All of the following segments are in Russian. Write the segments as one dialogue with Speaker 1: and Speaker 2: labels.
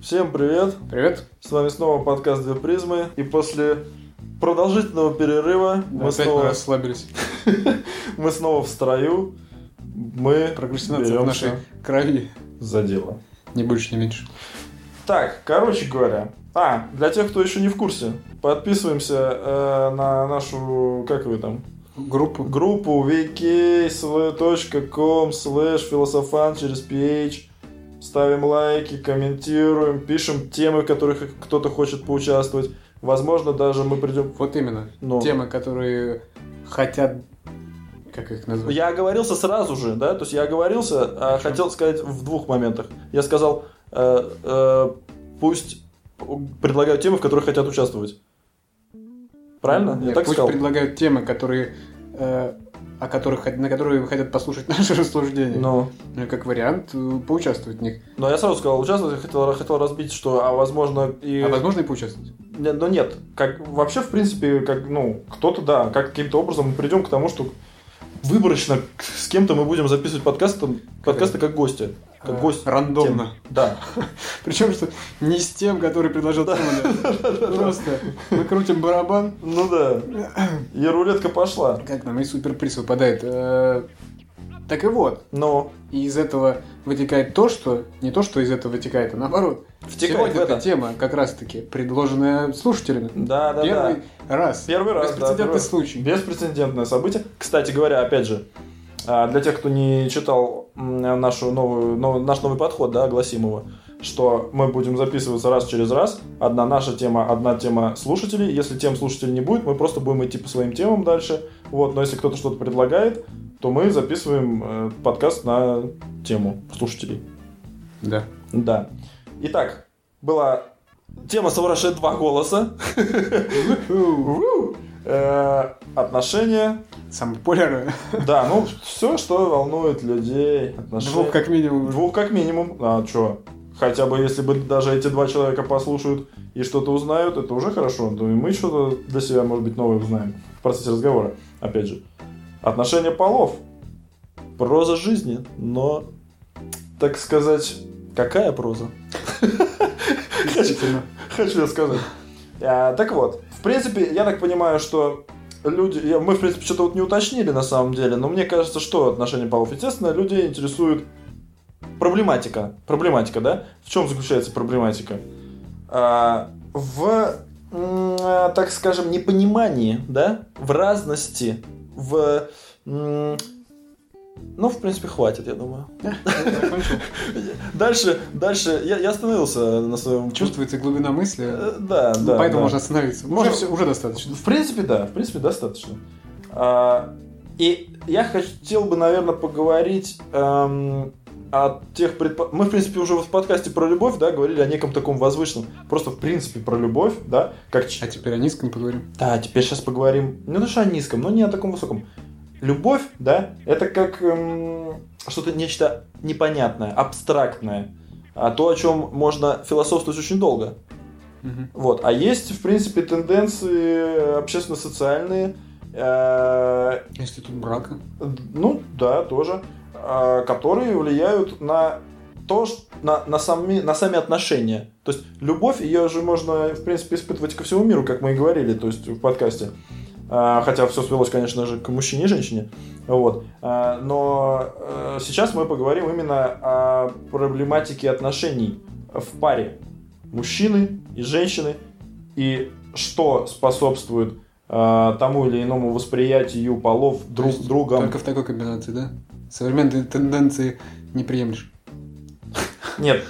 Speaker 1: Всем привет!
Speaker 2: Привет.
Speaker 1: С вами снова подкаст «Две призмы». И после продолжительного перерыва мы,
Speaker 2: Опять мы
Speaker 1: снова,
Speaker 2: расслабились.
Speaker 1: мы снова в строю. Мы
Speaker 2: Прокрастинация в
Speaker 1: берёмся
Speaker 2: нашей крови.
Speaker 1: за дело.
Speaker 2: Не больше, не меньше.
Speaker 1: Так, короче говоря. А, для тех, кто еще не в курсе, подписываемся э, на нашу, как вы там,
Speaker 2: Группу.
Speaker 1: группу vksv.com slash философан через ph. Ставим лайки, комментируем, пишем темы, в которых кто-то хочет поучаствовать. Возможно, даже мы придем...
Speaker 2: Вот именно.
Speaker 1: Ну.
Speaker 2: Темы, которые хотят... Как их назвать?
Speaker 1: Я оговорился сразу же, да? То есть я оговорился, а
Speaker 2: Хорошо.
Speaker 1: хотел сказать в двух моментах. Я сказал, э, э, пусть предлагают темы, в которых хотят участвовать. Правильно?
Speaker 2: Нет,
Speaker 1: я так
Speaker 2: пусть
Speaker 1: сказал?
Speaker 2: предлагают темы, которые... э, о которых, хот- на которые хотят послушать наши рассуждения.
Speaker 1: Ну,
Speaker 2: Ну и как вариант э, поучаствовать в них.
Speaker 1: но я сразу сказал участвовать, я хотел, хотел разбить, что, а возможно и...
Speaker 2: А возможно и поучаствовать.
Speaker 1: Не- Но нет, как вообще, в принципе, как, ну, кто-то, да, как каким-то образом мы придем к тому, что выборочно к- с кем-то мы будем записывать подкаст, там, подкасты как гости. Как
Speaker 2: Э,
Speaker 1: гость.
Speaker 2: Рандомно.
Speaker 1: Да.
Speaker 2: Причем, что не с тем, который предложил тему. Просто мы крутим барабан.
Speaker 1: Ну да. И рулетка пошла.
Speaker 2: Как нам и суперприз выпадает. Э, Так и вот.
Speaker 1: Но
Speaker 2: И из этого вытекает то, что... Не то, что из этого вытекает, а наоборот.
Speaker 1: втекает в
Speaker 2: Сегодня эта
Speaker 1: это.
Speaker 2: тема как раз-таки предложенная слушателями.
Speaker 1: Да, да, да.
Speaker 2: Первый раз.
Speaker 1: Первый раз, да,
Speaker 2: Беспрецедентный
Speaker 1: первый раз.
Speaker 2: случай.
Speaker 1: Беспрецедентное событие. Кстати говоря, опять же, а, для тех, кто не читал м, нашу новую, нов- наш новый подход, да, огласим его, что мы будем записываться раз через раз. Одна наша тема, одна тема слушателей. Если тем слушателей не будет, мы просто будем идти по своим темам дальше. Вот, но если кто-то что-то предлагает, то мы записываем э, подкаст на тему слушателей.
Speaker 2: Да.
Speaker 1: Да. Итак, была тема, собравшая два голоса. Ву! Э, Отношения,
Speaker 2: Самый популярный.
Speaker 1: да, ну все, что волнует людей, отношения.
Speaker 2: Двух как минимум. уже.
Speaker 1: Двух как минимум. А что? Хотя бы если бы даже эти два человека послушают и что-то узнают, это уже хорошо. Ну и мы что-то для себя, может быть, новое узнаем в процессе разговора. Опять же, отношения полов. Проза жизни, но, так сказать, какая проза?
Speaker 2: Действительно.
Speaker 1: Хочу я сказать. А, так вот, в принципе, я так понимаю, что люди... я- мы, в принципе, что-то вот не уточнили на самом деле, но мне кажется, что отношение полов. Естественно, людей интересует проблематика. Проблематика, да? В чем заключается проблематика? А, в, м, а, так скажем, непонимании, да? В разности, в... м, ну, в принципе, хватит, я думаю.
Speaker 2: Закончил.
Speaker 1: Дальше, дальше, я, я остановился на своем чувстве.
Speaker 2: Чувствуется глубина мысли.
Speaker 1: Э, Да, да.
Speaker 2: Ну, Поэтому
Speaker 1: да.
Speaker 2: можно остановиться. Уже,
Speaker 1: Можно-
Speaker 2: всё- уже достаточно.
Speaker 1: В принципе, да, в принципе, достаточно. А, и я хотел бы, наверное, поговорить эм, о тех предпо... Мы, в принципе, уже в подкасте про любовь, да, говорили о неком таком возвышенном. Просто, в принципе, про любовь, да, как... ч-
Speaker 2: А теперь о низком поговорим.
Speaker 1: Да, теперь сейчас поговорим, ну, даже о низком, но не о таком высоком. Любовь, да, это как эм, что-то нечто непонятное, абстрактное. А то, о чем можно философствовать очень долго.
Speaker 2: Мгм.
Speaker 1: Вот. А есть, в принципе, тенденции общественно-социальные. э,
Speaker 2: Институт брака.
Speaker 1: ну, да, тоже. э, которые влияют на то, ш- на, на, сами, на сами отношения. То есть любовь, ее же можно, в принципе, испытывать ко всему миру, как мы и говорили, то есть в подкасте. А, Хотя все свелось, конечно же, к мужчине и женщине. Вот. А, Но э, сейчас мы поговорим именно о проблематике отношений в паре мужчины и женщины и что способствует э, тому или иному восприятию полов друг
Speaker 2: То есть
Speaker 1: другом.
Speaker 2: Только в такой комбинации, да? Современные тенденции не приемлешь.
Speaker 1: Нет.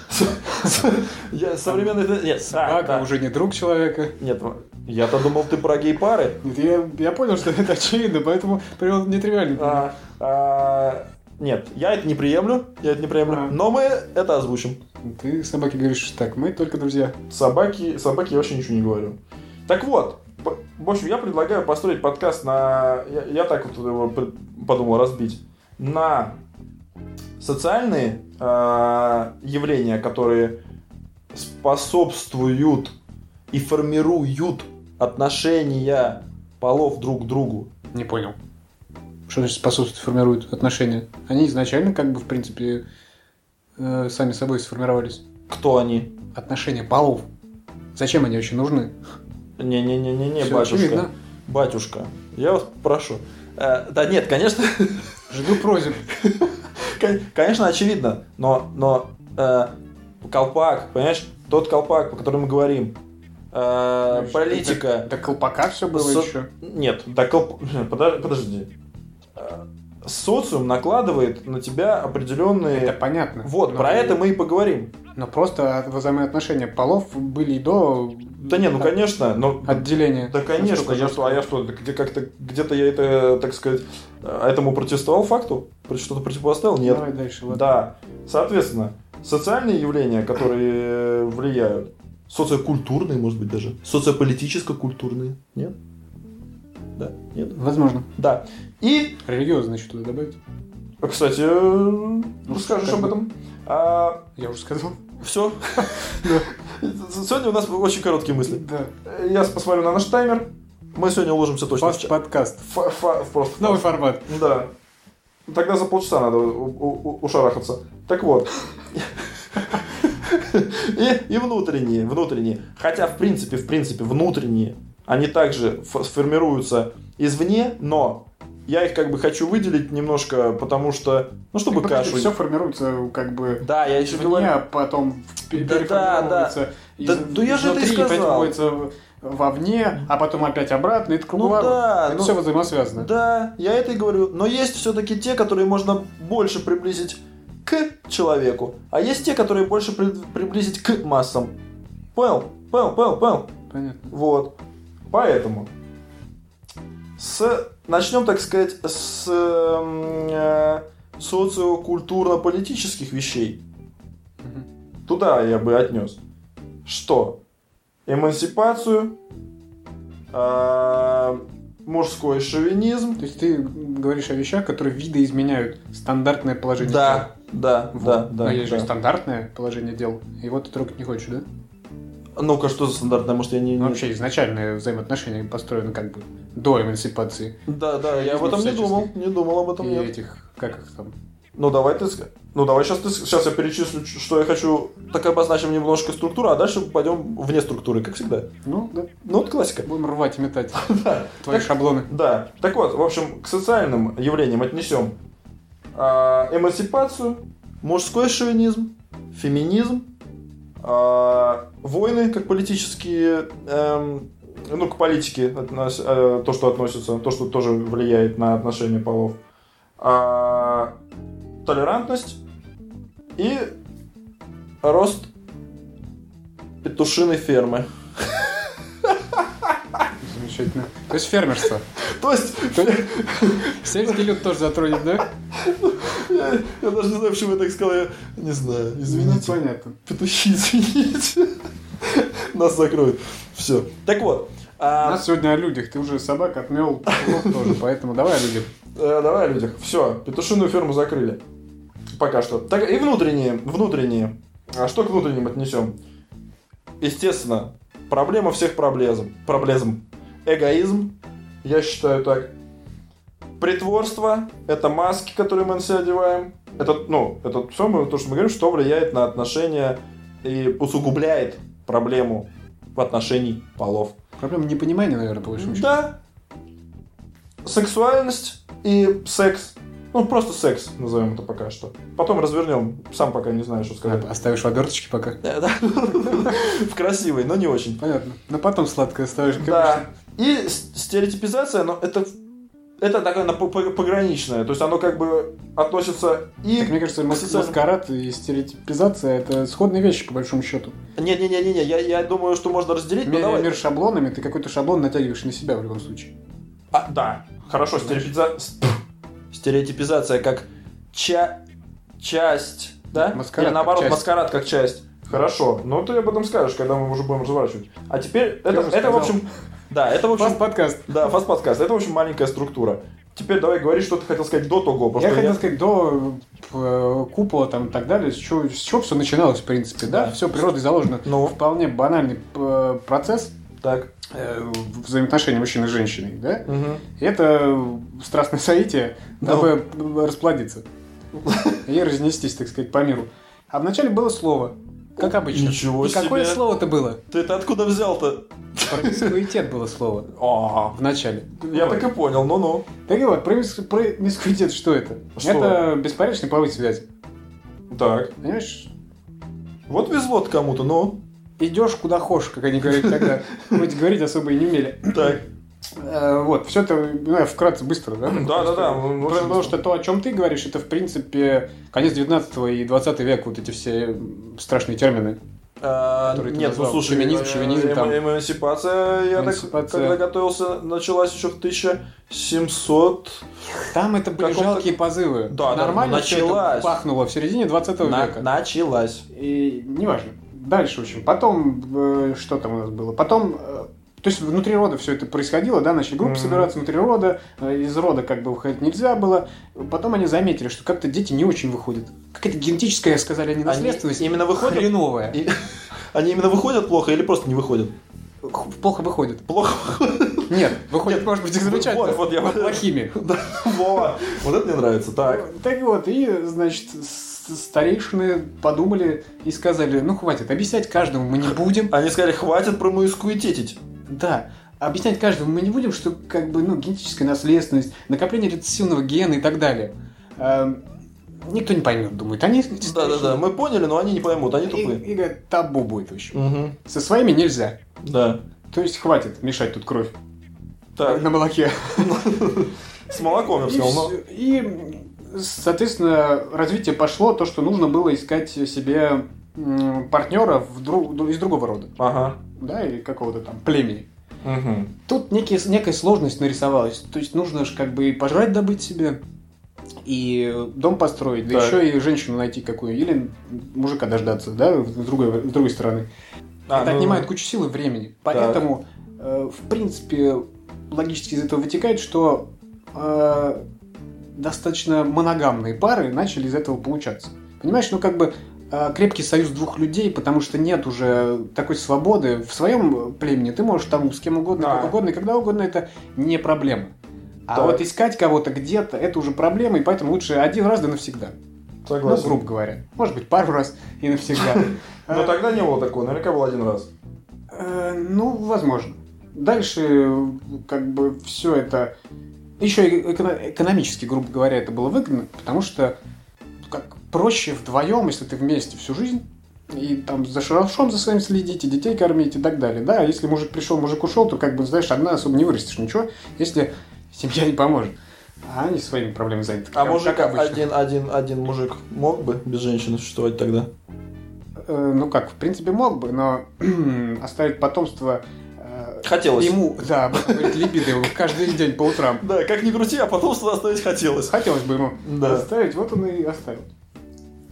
Speaker 1: Я современный... Нет, а,
Speaker 2: Брака
Speaker 1: да.
Speaker 2: уже не друг человека.
Speaker 1: Нет, я-то думал, ты про гей-пары.
Speaker 2: Нет, я, я понял, что это очевидно, поэтому привел нетривиальный пример.
Speaker 1: А, а, Нет, я это не приемлю, я это не приемлю,
Speaker 2: А.
Speaker 1: но мы это озвучим.
Speaker 2: Ты собаке говоришь, так, мы только друзья.
Speaker 1: Собаки, собаки я вообще ничего не говорю. Так вот, п- в общем, я предлагаю построить подкаст на... Я, я так вот его пред- подумал разбить. На социальные а, явления, которые способствуют и формируют отношения полов друг к другу.
Speaker 2: Не понял. Что значит способствует, формируют отношения? Они изначально как бы, в принципе, э, сами собой сформировались.
Speaker 1: Кто они?
Speaker 2: Отношения полов. Зачем они вообще нужны?
Speaker 1: Не-не-не-не-не,
Speaker 2: Всё
Speaker 1: батюшка.
Speaker 2: очевидно.
Speaker 1: Батюшка, я вас прошу. Э, да нет, конечно,
Speaker 2: Жду просьб.
Speaker 1: кон- конечно, очевидно, но, но э, колпак, понимаешь, тот колпак, по которому мы говорим, э, политика,
Speaker 2: До колпака все было
Speaker 1: Со-
Speaker 2: еще.
Speaker 1: Нет, да колп- Подож- подожди. Э, Социум накладывает на тебя определенные...
Speaker 2: Это понятно.
Speaker 1: Вот,
Speaker 2: Но-
Speaker 1: про это мы ну, и поговорим.
Speaker 2: Но просто от- взаимоотношения полов были и до
Speaker 1: Да не, ну
Speaker 2: от-
Speaker 1: конечно, но...
Speaker 2: отделения.
Speaker 1: Да конечно,
Speaker 2: Насколько
Speaker 1: я что, а я что, где как-то, где-то я это, так сказать, э, этому протестовал факту? Про- Что-то противопоставил? Нет.
Speaker 2: Давай дальше. ладно.
Speaker 1: Да, соответственно, социальные явления, которые э, влияют, социокультурные, может быть, даже, социополитическо-культурные, нет? Да, нет?
Speaker 2: Возможно.
Speaker 1: Да. И
Speaker 2: Религиозно еще туда добавить.
Speaker 1: А, Кстати, э, расскажешь
Speaker 2: как
Speaker 1: об
Speaker 2: бы.
Speaker 1: этом. А,
Speaker 2: Я уже сказал.
Speaker 1: все. Сегодня у нас очень короткие мысли.
Speaker 2: Да.
Speaker 1: Я посмотрю на наш таймер. Мы сегодня уложимся точно в
Speaker 2: Пост-
Speaker 1: ча-
Speaker 2: Подкаст.
Speaker 1: Фа- фа- Просто. в
Speaker 2: Новый
Speaker 1: час.
Speaker 2: формат.
Speaker 1: Ну Да. Ну, Тогда за полчаса надо у- у- у- ушарахаться. Так вот. И, и внутренние, внутренние. Хотя, в принципе, в принципе, внутренние, они также ф- сформируются извне, но я их как бы хочу выделить немножко, потому что, ну, чтобы кашу...
Speaker 2: Все формируется как бы
Speaker 1: Да, я еще
Speaker 2: извне,
Speaker 1: говорю.
Speaker 2: а потом в- пе-
Speaker 1: Да, да,
Speaker 2: переформировывается. из-
Speaker 1: Да, да я же это и
Speaker 2: изнутри
Speaker 1: сказал.
Speaker 2: переформируется в- вовне, а потом опять обратно, и это
Speaker 1: Ну
Speaker 2: кругом.
Speaker 1: да,
Speaker 2: Это
Speaker 1: ну,
Speaker 2: все взаимосвязано.
Speaker 1: да, я это и говорю. Но есть все-таки те, которые можно больше приблизить к человеку, а есть те, которые больше при- приблизить к массам. Понял? Понял, понял, понял.
Speaker 2: Понятно.
Speaker 1: Вот. Поэтому с начнем, так сказать, с эм, э, социокультурно-политических вещей.
Speaker 2: Мгм.
Speaker 1: туда я бы отнес. Что? Эмансипацию, а, мужской шовинизм.
Speaker 2: То есть ты говоришь о вещах, которые видоизменяют стандартное положение дел.
Speaker 1: Да, да,
Speaker 2: Вот.
Speaker 1: да,
Speaker 2: Но
Speaker 1: да.
Speaker 2: есть же
Speaker 1: да.
Speaker 2: стандартное положение дел. Его ты трогать не хочешь, да?
Speaker 1: Ну-ка, что за стандартное? Может, я не...
Speaker 2: Ну,
Speaker 1: не-
Speaker 2: вообще изначальное взаимоотношение построено как бы до эмансипации.
Speaker 1: Да, да, я об
Speaker 2: шовинизм
Speaker 1: этом не
Speaker 2: всяческий.
Speaker 1: думал. Не думал об этом,
Speaker 2: и
Speaker 1: нет.
Speaker 2: этих, как их там,
Speaker 1: Ну, давай ты... ск- Ну, давай сейчас ты... Сейчас я перечислю, ч- что я хочу. Так обозначим немножко структуру, а дальше пойдем вне структуры, как всегда.
Speaker 2: ну, да,
Speaker 1: Ну, вот классика.
Speaker 2: будем рвать и метать
Speaker 1: Да.
Speaker 2: твои
Speaker 1: Так-
Speaker 2: шаблоны.
Speaker 1: Да. Так вот, в общем, к социальным явлениям отнесем а, эмансипацию, мужской шовинизм, феминизм, а, войны как политические, эм, ну, к политике относ- э, то, что относится, то, что тоже влияет на отношения полов, а, толерантность и рост петушиной фермы.
Speaker 2: Замечательно. То есть фермерство.
Speaker 1: То есть,
Speaker 2: Сельский люд тоже затронет, да?
Speaker 1: я, я даже не знаю, почему я так сказал, я не знаю, извините.
Speaker 2: Ну, понятно.
Speaker 1: Петухи, извините. Нас закроют. Все. Так вот.
Speaker 2: У
Speaker 1: а,
Speaker 2: нас сегодня о людях. Ты уже собак отмел петухов тоже, поэтому давай о людях.
Speaker 1: э, давай о людях. Все. Петушиную ферму закрыли. Пока что. Так, и внутренние. Внутренние. А что к внутренним отнесем? Естественно, проблема всех проблезм. Проблезм. Эгоизм. Я считаю так. Притворство. Это маски, которые мы на себя одеваем. Это, ну, это все мы, то, что мы говорим, что влияет на отношения и усугубляет проблему в отношении полов.
Speaker 2: Проблема непонимания, наверное, по большому счету.
Speaker 1: Да. Сексуальность и секс. Ну, просто секс назовем это пока что. Потом развернем. Сам пока не знаю, что сказать.
Speaker 2: А, Оставишь в оберточке пока.
Speaker 1: Э, да. В красивой, но не очень.
Speaker 2: Понятно. Но потом сладкое оставишь.
Speaker 1: Да. И с- стереотипизация, но это это такая она по- по- пограничная. То есть оно как бы относится
Speaker 2: Так,
Speaker 1: и...
Speaker 2: мне кажется, мас-
Speaker 1: Социально-
Speaker 2: маскарад и стереотипизация это сходные вещи, по большому счету.
Speaker 1: Не-не-не-не, я, я думаю, что можно разделить, но
Speaker 2: Меряя
Speaker 1: давай.
Speaker 2: мир шаблонами, ты какой-то шаблон натягиваешь на себя в любом случае.
Speaker 1: А, да, хорошо, стереотипиза- с- стереотипизация как ча- часть, да?
Speaker 2: Маскарад
Speaker 1: Или наоборот,
Speaker 2: как часть.
Speaker 1: маскарад как часть. Хорошо, ну ты об этом скажешь, когда мы уже будем разворачивать. А теперь, это, это
Speaker 2: уже
Speaker 1: в
Speaker 2: сказал.
Speaker 1: общем... Да, это в общем...
Speaker 2: Фаст подкаст.
Speaker 1: Да, фаст-подкаст. Это, в общем, маленькая структура. Теперь давай говори, что ты хотел сказать до того.
Speaker 2: Я
Speaker 1: просто
Speaker 2: хотел сказать, до э, купола там и так далее, с чего, все начиналось, в принципе, да?
Speaker 1: Да.
Speaker 2: Все природой заложено.
Speaker 1: Ну.
Speaker 2: Вполне банальный э, процесс
Speaker 1: Так.
Speaker 2: э, в- взаимоотношений мужчины и женщины, да?
Speaker 1: Мгм.
Speaker 2: И Это страстное соитие,
Speaker 1: Ну.
Speaker 2: дабы э, расплодиться и разнестись, так сказать, по миру. А вначале было слово. Как обычно.
Speaker 1: Ничего
Speaker 2: И какое
Speaker 1: себе.
Speaker 2: слово-то было?
Speaker 1: Ты это откуда взял-то?
Speaker 2: Промискуитет было слово.
Speaker 1: А,
Speaker 2: В начале.
Speaker 1: я так и понял, ну-ну.
Speaker 2: Так и вот, промис- промискуитет что это?
Speaker 1: Что?
Speaker 2: Это беспорядочные половые связи.
Speaker 1: Так,
Speaker 2: Понимаешь?
Speaker 1: вот везло кому-то, ну.
Speaker 2: Идешь куда хочешь, как они говорили тогда. Мы эти говорить особо и не умели.
Speaker 1: Так,
Speaker 2: Э, Вот, все это ну, я вкратце быстро, да?
Speaker 1: Да-да-да, ну,
Speaker 2: Потому-
Speaker 1: очень
Speaker 2: Потому
Speaker 1: быстро.
Speaker 2: что то, о чем ты говоришь, это, в принципе, конец 19 и 20 века, вот эти все м, страшные термины.
Speaker 1: А,
Speaker 2: Который ты
Speaker 1: Нет, ну
Speaker 2: назвал.
Speaker 1: слушай,
Speaker 2: Феминизм,
Speaker 1: э,
Speaker 2: шовинизм,
Speaker 1: эма-
Speaker 2: там.
Speaker 1: эмансипация, я так,
Speaker 2: Эмансипация.
Speaker 1: когда готовился, началась еще в 1700...
Speaker 2: Там это были
Speaker 1: Каком-то-
Speaker 2: жалкие позывы.
Speaker 1: Да, да,
Speaker 2: Нормально
Speaker 1: ну,
Speaker 2: всё это
Speaker 1: началась.
Speaker 2: пахнуло в середине 20
Speaker 1: На-
Speaker 2: века.
Speaker 1: Началась.
Speaker 2: И неважно. Дальше, в общем, потом, э, что там у нас было? Потом, э, то есть внутри рода все это происходило, да, начали группы
Speaker 1: Мгм.
Speaker 2: собираться внутри рода, э, из рода как бы выходить нельзя было. Потом они заметили, что как-то дети не очень выходят. Какая-то генетическая, сказали, они
Speaker 1: Они
Speaker 2: наследственность.
Speaker 1: именно выходят?
Speaker 2: Хреновая.
Speaker 1: И- Они именно выходят плохо или просто не выходят?
Speaker 2: Х- Плохо выходит.
Speaker 1: Плохо выходят.
Speaker 2: Нет, выходит,
Speaker 1: Нет,
Speaker 2: может быть, их
Speaker 1: вот-
Speaker 2: замечательно.
Speaker 1: вот- вот я-
Speaker 2: но плохими.
Speaker 1: Да, во. Вот это мне нравится. Так.
Speaker 2: Так вот, и, значит, с- старейшины подумали и сказали, ну хватит, объяснять каждому мы не будем,
Speaker 1: Они сказали, хватит промоискуитетить.
Speaker 2: Да. Объяснять каждому мы не будем, что как бы, ну, генетическая наследственность, накопление рецессивного гена и так далее. Эм, никто не поймет, думает. Они
Speaker 1: Ну Да-да-да, мы поняли, но они не поймут, они
Speaker 2: И,
Speaker 1: тупые.
Speaker 2: и говорят, табу будет еще.
Speaker 1: Мгм.
Speaker 2: Со своими нельзя.
Speaker 1: Да.
Speaker 2: То есть хватит мешать тут кровь
Speaker 1: Так,
Speaker 2: на молоке.
Speaker 1: с молоком я бы
Speaker 2: И,
Speaker 1: сказал, но...
Speaker 2: всё. И, м, соответственно, развитие пошло то, что нужно было искать себе м, партнера в дру- из другого рода,
Speaker 1: Ага.
Speaker 2: да, или какого-то там племени.
Speaker 1: Мгм.
Speaker 2: Тут некий, некая сложность нарисовалась. То есть нужно же как бы и пожрать добыть себе, и дом построить, да,
Speaker 1: Так.
Speaker 2: еще и женщину найти какую, или мужика дождаться, да, с другой, с другой стороны.
Speaker 1: А,
Speaker 2: Это
Speaker 1: ну,
Speaker 2: отнимает кучу сил и времени. Поэтому, э, в принципе, логически из этого вытекает, что э, достаточно моногамные пары начали из этого получаться. Понимаешь, ну как бы э, крепкий союз двух людей, потому что нет уже такой свободы. В своем племени ты можешь там с кем угодно,
Speaker 1: Да.
Speaker 2: как угодно, и когда угодно, это не проблема. А
Speaker 1: Так.
Speaker 2: вот искать кого-то где-то, это уже проблема, и поэтому лучше один раз да навсегда. Ну,
Speaker 1: Согласен.
Speaker 2: грубо говоря. Может быть, пару раз и навсегда.
Speaker 1: Но тогда не было такого, наверняка был один раз.
Speaker 2: Э, Ну, возможно. Дальше, э, как бы, все это... Еще экономически, грубо говоря, это было выгодно, потому что ну, как проще вдвоем, если ты вместе всю жизнь, и там за шалашом за своим следить, и детей кормить, и так далее. Да, если мужик пришел, мужик ушел, то, как бы, знаешь, одна особо не вырастешь ничего, если семья не поможет. А они своими проблемами заняты.
Speaker 1: А
Speaker 2: как-
Speaker 1: мужик
Speaker 2: как обычно.
Speaker 1: один, один, один мужик мог бы без женщины существовать тогда?
Speaker 2: Э, ну как, в принципе, мог бы, но оставить потомство э,
Speaker 1: Хотелось.
Speaker 2: Ему, да, об этом говорит либидо его каждый день по утрам.
Speaker 1: Да, как ни крути, а потом сюда оставить хотелось.
Speaker 2: Хотелось бы ему
Speaker 1: Да.
Speaker 2: оставить, вот он и оставил.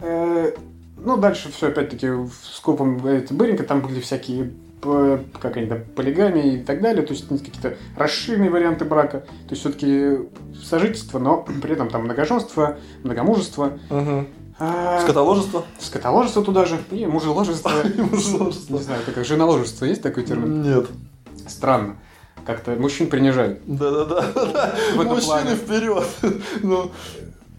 Speaker 2: Э, Ну, дальше все опять-таки скопом Беринга, э, там были всякие п- как они там, полигами и так далее, то есть какие-то расширенные варианты брака, то есть все-таки сожительство, но при этом там многоженство, многомужество.
Speaker 1: Мгм.
Speaker 2: А,
Speaker 1: Скотоложество?
Speaker 2: Скотоложество туда же, и мужеложество.
Speaker 1: Мужеложество.
Speaker 2: Не знаю, это как женоложество, есть такой термин?
Speaker 1: Нет.
Speaker 2: Странно. Как-то мужчин принижают.
Speaker 1: Да-да-да.
Speaker 2: В этом
Speaker 1: Мужчины
Speaker 2: плане.
Speaker 1: вперед. Ну,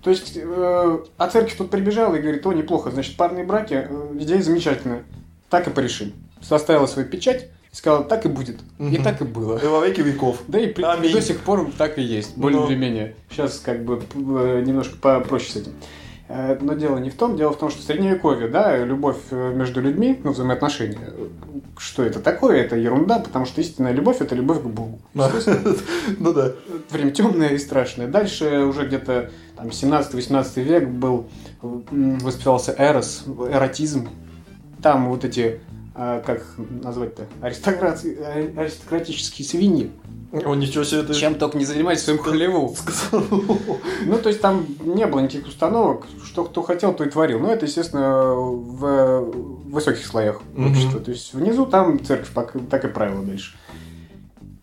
Speaker 2: То есть, э, а церковь тут прибежала и говорит, о, неплохо, значит, парные браки, э, идея замечательная. Так и порешим. Составила свою печать и сказала, так и будет. И
Speaker 1: Мгм.
Speaker 2: так и было.
Speaker 1: и во веки веков.
Speaker 2: Да и в принципе,
Speaker 1: Аминь.
Speaker 2: до сих пор так и есть,
Speaker 1: Ну.
Speaker 2: более или менее. Сейчас как бы п- э, немножко попроще с этим. Э, Но дело не в том, дело в том, что в Средневековье, да, любовь э, между людьми, ну, взаимоотношения, э, что это такое, это ерунда, потому что истинная любовь – это любовь к Богу.
Speaker 1: Ну да.
Speaker 2: Время темное и страшное. Дальше уже где-то там 17-18 век был, м, воспевался эрос, эротизм. Там вот эти, а, как назвать-то, аристократ- а- аристократические свиньи.
Speaker 1: О, ничего себе ты
Speaker 2: Чем только не занимались в своем хлеву.
Speaker 1: сказал.
Speaker 2: Ну, то есть там не было никаких установок, что кто хотел, то и творил. Но это, естественно, в высоких слоях
Speaker 1: Мгм.
Speaker 2: общества. То есть внизу там церковь пок- так и правила дальше.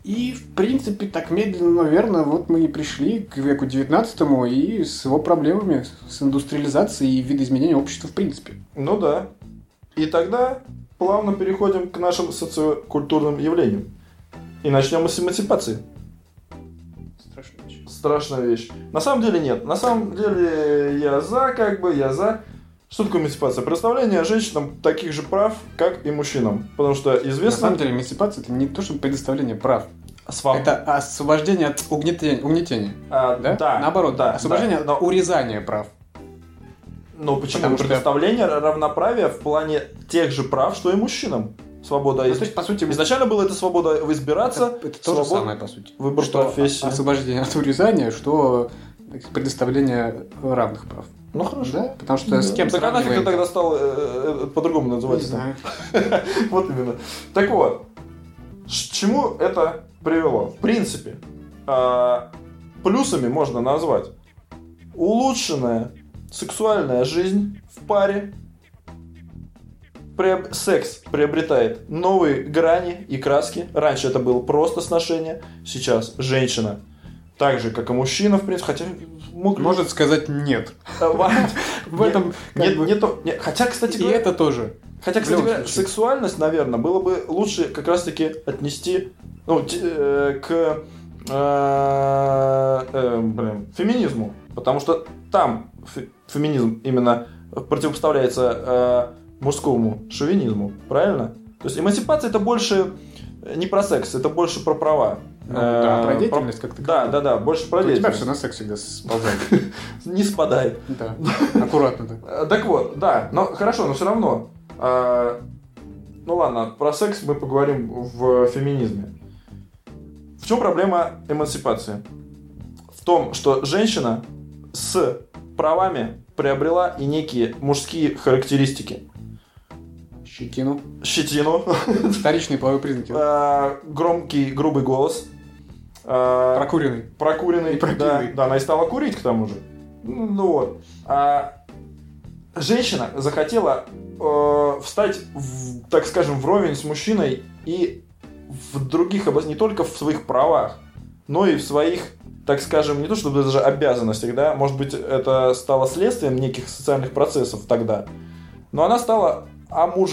Speaker 2: И, в принципе, так медленно, наверное, вот мы и пришли к веку 19 и с его проблемами, с индустриализацией и видоизменением общества в принципе.
Speaker 1: Ну да. И тогда плавно переходим к нашим социокультурным явлениям. И начнем с эмансипации.
Speaker 2: Страшно.
Speaker 1: страшная вещь. На самом деле нет. На самом деле я за, как бы, я за. Что такое эмансипация? Предоставление женщинам таких же прав, как и мужчинам. Потому что
Speaker 2: На
Speaker 1: известно...
Speaker 2: самом деле, эмансипация это не то, что предоставление прав.
Speaker 1: Своб-
Speaker 2: Это освобождение от угнетения. угнетения
Speaker 1: А,
Speaker 2: да? Наоборот,
Speaker 1: да,
Speaker 2: освобождение
Speaker 1: да.
Speaker 2: от
Speaker 1: Но-
Speaker 2: урезания прав.
Speaker 1: Ну почему?
Speaker 2: Потому что-
Speaker 1: Предоставление равноправия в плане тех же прав, что и мужчинам. Свобода
Speaker 2: Ну,
Speaker 1: из-
Speaker 2: то есть, по сути,
Speaker 1: Изначально была эта свобода избираться,
Speaker 2: это, это то же
Speaker 1: свобод-
Speaker 2: самое, по сути.
Speaker 1: выбор
Speaker 2: что
Speaker 1: профессии.
Speaker 2: освобождение от урезания, что предоставление равных прав.
Speaker 1: Ну хорошо.
Speaker 2: Да? Потому что с
Speaker 1: Да.
Speaker 2: кем
Speaker 1: Так а нафиг ты
Speaker 2: сравниваем?
Speaker 1: тогда стал э, э, по-другому
Speaker 2: Не
Speaker 1: называть?
Speaker 2: знаю.
Speaker 1: Вот именно. Так вот, ш- к чему это привело? В принципе, а, плюсами можно назвать улучшенная сексуальная жизнь в паре, Приоб- секс приобретает новые грани и краски. Раньше это было просто сношение, сейчас женщина так же, как и мужчина, в принципе, хотя мог-
Speaker 2: Может сказать нет.
Speaker 1: А, ва-
Speaker 2: В этом как
Speaker 1: нет,
Speaker 2: бы-
Speaker 1: нет, то- нет, хотя, кстати,
Speaker 2: И
Speaker 1: говоря,
Speaker 2: это тоже.
Speaker 1: Хотя,
Speaker 2: В
Speaker 1: кстати
Speaker 2: любом
Speaker 1: говоря,
Speaker 2: случае.
Speaker 1: сексуальность, наверное, было бы лучше как раз-таки отнести ну, те- э, к э, э, блин, феминизму. Потому что там фе- феминизм именно противопоставляется э, мужскому шовинизму, правильно? То есть эмансипация это больше э, не про секс, это больше про права.
Speaker 2: Ну, да,
Speaker 1: Э,
Speaker 2: про деятельность как-то.
Speaker 1: Да, да, да, больше про
Speaker 2: У тебя
Speaker 1: деятельность.
Speaker 2: все на секс всегда сползает.
Speaker 1: Не спадай.
Speaker 2: Да. Аккуратно так.
Speaker 1: Э, Так вот, да, но хорошо, но все равно. э, ну ладно, про секс мы поговорим в феминизме. В чем проблема эмансипации? В том, что женщина с правами приобрела и некие мужские характеристики.
Speaker 2: Щетину.
Speaker 1: Щетину,
Speaker 2: Вторичные половые признаки.
Speaker 1: э, громкий, грубый голос, э,
Speaker 2: Прокуренный.
Speaker 1: Прокуренный. да,
Speaker 2: И пропитанный.
Speaker 1: да, она и стала курить, к тому же. Ну, ну вот. А женщина захотела э, встать, в, так скажем, вровень с мужчиной и в других областях, не только в своих правах, но и в своих, так скажем, не то чтобы даже обязанностях, да, может быть, это стало следствием неких социальных процессов тогда, но она стала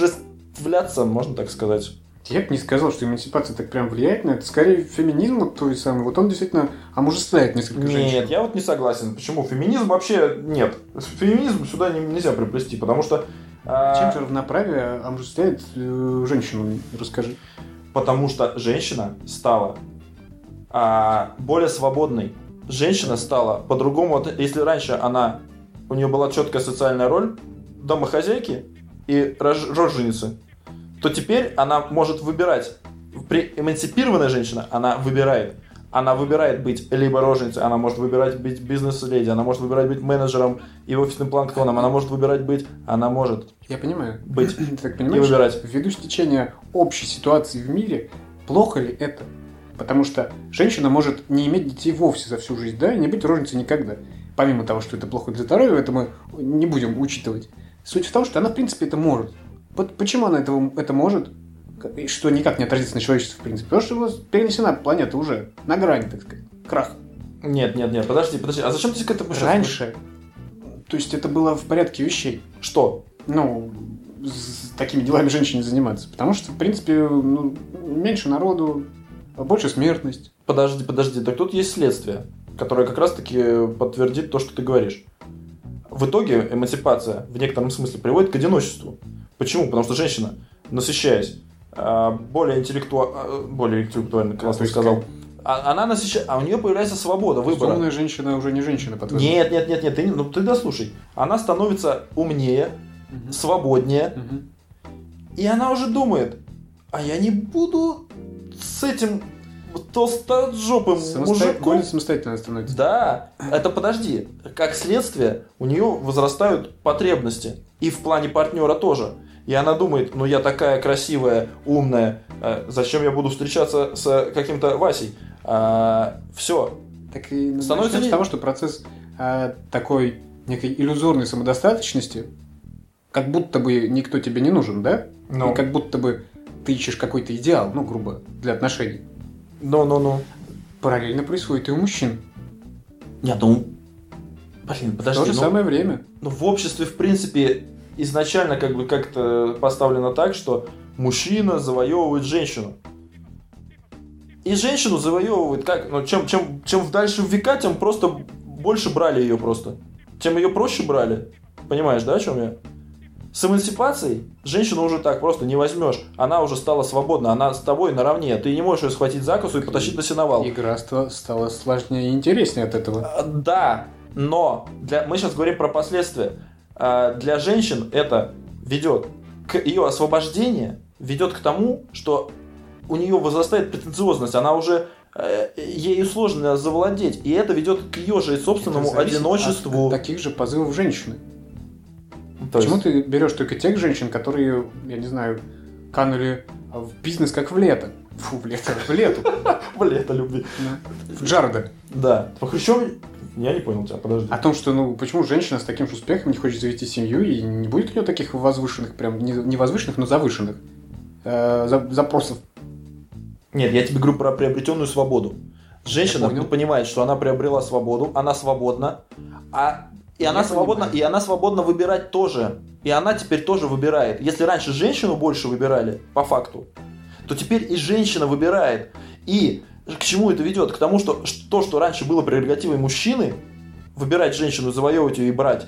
Speaker 1: омужествляться, можно так сказать.
Speaker 2: Я бы не сказал, что эмансипация так прям влияет на это. Скорее, феминизм тот самый. Вот он действительно омужествляет несколько женщин.
Speaker 1: Нет, я вот не согласен. Почему? Феминизм вообще нет. Феминизм сюда не- нельзя приплести, потому что... а,
Speaker 2: Чем же равноправие омужествляет э, женщину? Расскажи.
Speaker 1: Потому что женщина стала а, более свободной. Женщина стала по-другому. от- Если раньше она у нее была четкая социальная роль домохозяйки и рож- роженицы, то теперь она может выбирать. При эмансипированная женщина, она выбирает. Она выбирает быть либо роженицей, она может выбирать быть бизнес-леди, она может выбирать быть менеджером и офисным планктоном, она может выбирать быть, она может
Speaker 2: Я понимаю.
Speaker 1: быть
Speaker 2: Ты так
Speaker 1: и
Speaker 2: понимаешь?
Speaker 1: выбирать.
Speaker 2: Ввиду стечения общей ситуации в мире, плохо ли это? Потому что женщина может не иметь детей вовсе за всю жизнь, да, и не быть рожницей никогда. Помимо того, что это плохо для здоровья, это мы не будем учитывать. Суть в том, что она, в принципе, это может. Вот почему она этого, это может, и что никак не отразится на человечестве, в принципе. Потому что у нас перенесена планета уже на грани, так сказать, крах.
Speaker 1: Нет, нет, нет, подожди, подожди, а зачем ты к этому сейчас-
Speaker 2: Раньше, то есть это было в порядке вещей.
Speaker 1: Что?
Speaker 2: ну, с такими делами женщине заниматься. Потому что, в принципе, ну, меньше народу, больше смертность.
Speaker 1: Подожди, подожди, так тут есть следствие, которое как раз-таки подтвердит то, что ты говоришь. В итоге эмансипация в некотором смысле приводит к одиночеству. Почему? Потому что женщина, насыщаясь а, более, интеллекту... а, более интеллектуально, классно
Speaker 2: А, то есть
Speaker 1: сказал, а- она насыщается, а у нее появляется свобода
Speaker 2: То есть
Speaker 1: выбора.
Speaker 2: Умная женщина уже не женщина, по твоему.
Speaker 1: Нет, нет, нет, нет, ты, не- ну ты дослушай. Она становится умнее, свободнее, И она уже думает, а я не буду с этим толстожопым мужиком.
Speaker 2: Более самостоятельно становится.
Speaker 1: Да, это подожди. Как следствие, у нее возрастают потребности. И в плане партнера тоже. И она думает, ну я такая красивая, умная, э, зачем я буду встречаться с каким-то Васей? А, все.
Speaker 2: Так и
Speaker 1: Становится
Speaker 2: становится
Speaker 1: ли-
Speaker 2: с того, что процесс а, такой некой иллюзорной самодостаточности, как будто бы никто тебе не нужен, да?
Speaker 1: Ну.
Speaker 2: И как будто бы ты ищешь какой-то идеал, ну, грубо, для отношений.
Speaker 1: ну, ну, ну.
Speaker 2: Параллельно происходит и у мужчин.
Speaker 1: Нет, ну, блин, подожди.
Speaker 2: в то же
Speaker 1: ну,
Speaker 2: самое время.
Speaker 1: Ну, в обществе, в принципе, изначально как бы как-то поставлено так, что мужчина завоевывает женщину. И женщину завоевывает как? Ну, чем, чем, чем в дальше в века, тем просто больше брали ее просто. Тем ее проще брали. Понимаешь, да, о чем я? С эмансипацией женщину уже так просто не возьмешь. Она уже стала свободна, она с тобой наравне. Ты не можешь ее схватить за косу и потащить на сеновал.
Speaker 2: Игра ста- стала сложнее и интереснее от этого.
Speaker 1: А, Да, но для... мы сейчас говорим про последствия. А, Для женщин это ведет к ее освобождению, ведет к тому, что у нее возрастает претенциозность, она уже э, ею сложно завладеть, и это ведет к ее же собственному
Speaker 2: Это зависит
Speaker 1: ну, одиночеству.
Speaker 2: от таких же позывов женщины.
Speaker 1: То есть-
Speaker 2: Почему ты берешь только тех женщин, которые, я не знаю, канули в бизнес как в лето? Фу, в лето, в лету.
Speaker 1: Блин, это любви.
Speaker 2: В Джареда.
Speaker 1: Да. По Хрущеву- Я не понял тебя, подожди.
Speaker 2: О том, что, ну, почему женщина с таким же успехом не хочет завести семью, и не будет у нее таких возвышенных, прям не, не возвышенных, но завышенных э, за- запросов.
Speaker 1: Нет, я тебе говорю про приобретенную свободу. Женщина
Speaker 2: Я понял.
Speaker 1: понимает, что она приобрела свободу, она свободна, а и
Speaker 2: Я
Speaker 1: она свободна,
Speaker 2: понимаю.
Speaker 1: и она свободна выбирать тоже. И она теперь тоже выбирает. Если раньше женщину больше выбирали, по факту, то теперь и женщина выбирает. И к чему это ведет? К тому, что ш- то, что раньше было прерогативой мужчины, выбирать женщину, завоевывать ее и брать,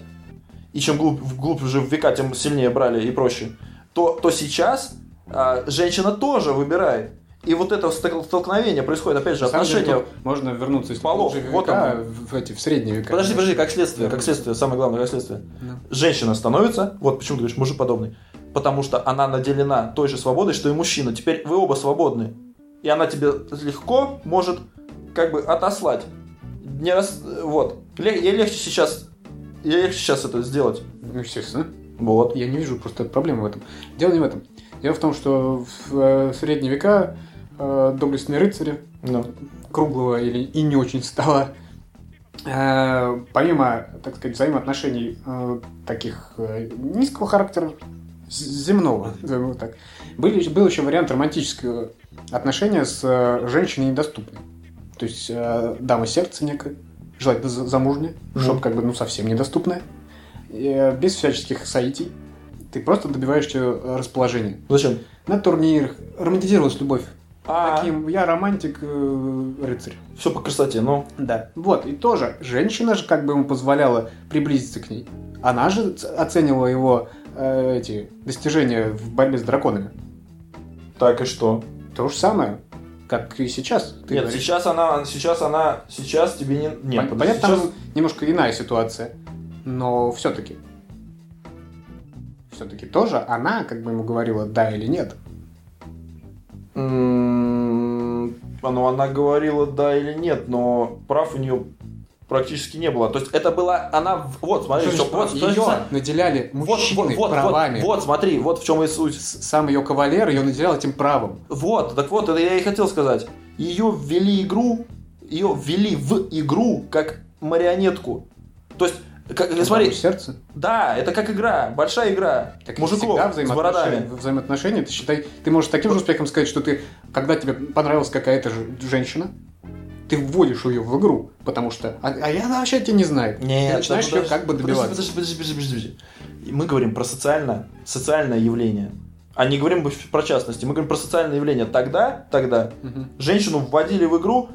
Speaker 1: и чем глубь, вглубь уже в века, тем сильнее брали и проще, то, то сейчас а, женщина тоже выбирает. И вот это стол- столкновение происходит, опять же,
Speaker 2: На самом деле,
Speaker 1: отношения...
Speaker 2: тут можно вернуться из
Speaker 1: полов.
Speaker 2: полужи
Speaker 1: Вот
Speaker 2: века
Speaker 1: оно.
Speaker 2: в, эти, в средние века. Ну,
Speaker 1: Подожди, подожди, как следствие, как следствие, самое главное, как следствие.
Speaker 2: Да.
Speaker 1: Женщина становится, вот почему ты говоришь, мужеподобной, потому что она наделена той же свободой, что и мужчина. Теперь вы оба свободны. И она тебе легко может как бы отослать. Не раз... Вот. Лег- Ей легче сейчас... Ей легче сейчас это сделать.
Speaker 2: Ну, естественно.
Speaker 1: Вот.
Speaker 2: Я не вижу просто проблемы в этом. Дело не в этом. Дело в том, что в э, средние века э, доблестные рыцари
Speaker 1: Ну.
Speaker 2: круглого или и не очень стола, э, помимо, так сказать, взаимоотношений э, таких э, низкого характера, з- земного, назовем его так, были, был еще вариант романтического отношения с э, женщиной недоступной. То есть э, дама сердца некая, желательно за- замужняя,
Speaker 1: Ну.
Speaker 2: чтобы как бы ну совсем недоступная, э, без всяческих соитий. Ты просто добиваешься э, расположения.
Speaker 1: Зачем?
Speaker 2: На турнирах романтизировалась любовь.
Speaker 1: А,
Speaker 2: Таким, я романтик, э, рыцарь.
Speaker 1: все по красоте, ну.
Speaker 2: Да. Вот, и тоже, женщина же как бы ему позволяла приблизиться к ней. Она же ц- оценивала его э, эти достижения в борьбе с драконами.
Speaker 1: Так и что?
Speaker 2: То же самое, как и сейчас. Ты
Speaker 1: Нет,
Speaker 2: говоришь.
Speaker 1: сейчас она, сейчас она, сейчас тебе не... Нет,
Speaker 2: Пон-
Speaker 1: подожди,
Speaker 2: понятно,
Speaker 1: сейчас-
Speaker 2: там немножко иная ситуация, но все-таки. Все-таки тоже она как бы ему говорила да или нет. ну,
Speaker 1: М, Ну, она говорила да или нет, но прав у нее практически не было. То есть это была она... в- Вот, смотри, А что- вот,
Speaker 2: Ее
Speaker 1: подожди,
Speaker 2: наделяли
Speaker 1: вот,
Speaker 2: мужчины
Speaker 1: вот, вот,
Speaker 2: правами.
Speaker 1: вот, вот, смотри, вот в чем и суть.
Speaker 2: С- Сам ее кавалер ее наделял этим правом.
Speaker 1: Вот, так вот, это я и хотел сказать. Ее ввели игру, ее ввели в игру как марионетку. То есть, как, Ну, смотри,
Speaker 2: Сердце.
Speaker 1: да, это как игра, большая игра.
Speaker 2: Так
Speaker 1: мужиков
Speaker 2: всегда
Speaker 1: с
Speaker 2: взаимоотношения,
Speaker 1: бородами.
Speaker 2: взаимоотношения, ты считай, ты можешь с таким же успехом сказать, что ты, когда тебе понравилась какая-то же женщина, ты вводишь ее в игру, потому что, а, а я она вообще тебя не знает.
Speaker 1: Нет,
Speaker 2: ты начинаешь
Speaker 1: да
Speaker 2: ее
Speaker 1: подожди,
Speaker 2: как бы
Speaker 1: подожди,
Speaker 2: добиваться.
Speaker 1: Подожди, подожди, подожди, подожди, подожди. И Мы говорим про социальное, социальное явление. А не говорим бо- про частности, мы говорим про социальное явление. Тогда, тогда
Speaker 2: Мгм.
Speaker 1: женщину вводили в игру,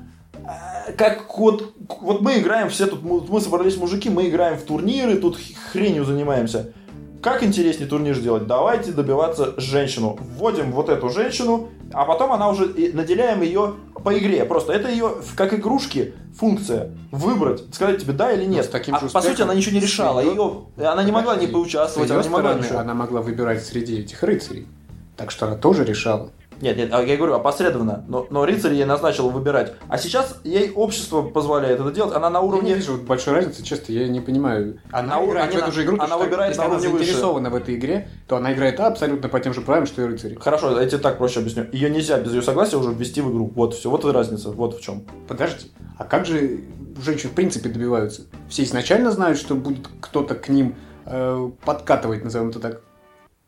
Speaker 1: а, как вот, вот мы играем все тут, мы мы собрались мужики, мы играем в турниры, тут х- хренью занимаемся. Как интереснее турнир сделать? Давайте добиваться женщину. Вводим вот эту женщину, а потом она уже и наделяем ее по игре. Просто это ее в- как игрушки функция выбрать, сказать тебе да или нет.
Speaker 2: Ну, с таким
Speaker 1: А
Speaker 2: же
Speaker 1: по сути
Speaker 2: успехом
Speaker 1: она ничего не
Speaker 2: с
Speaker 1: решала, ее
Speaker 2: её-
Speaker 1: она не могла не
Speaker 2: И
Speaker 1: поучаствовать,
Speaker 2: с
Speaker 1: она
Speaker 2: её
Speaker 1: не могла
Speaker 2: стороны а
Speaker 1: ничего.
Speaker 2: она могла выбирать среди этих рыцарей. Так что она тоже решала.
Speaker 1: Нет, нет, а я говорю опосредованно, но, но рыцарь ей назначил выбирать. А сейчас ей общество позволяет это делать, она на
Speaker 2: Я
Speaker 1: уровне...
Speaker 2: не вижу вот большой разницы, честно, я не понимаю. Она,
Speaker 1: Она-
Speaker 2: играет в
Speaker 1: она-
Speaker 2: эту же игру,
Speaker 1: она
Speaker 2: потому что
Speaker 1: выбирает
Speaker 2: если
Speaker 1: на
Speaker 2: она
Speaker 1: уровне выше.
Speaker 2: заинтересована в этой игре, то она играет абсолютно по тем же правилам, что и рыцари.
Speaker 1: Хорошо, я тебе так проще объясню. Ее нельзя без ее согласия уже ввести в игру. Вот все, вот и разница, вот в чем.
Speaker 2: Подожди, а как же женщин в принципе добиваются? Все изначально знают, что будет кто-то к ним э, подкатывать, назовем это так.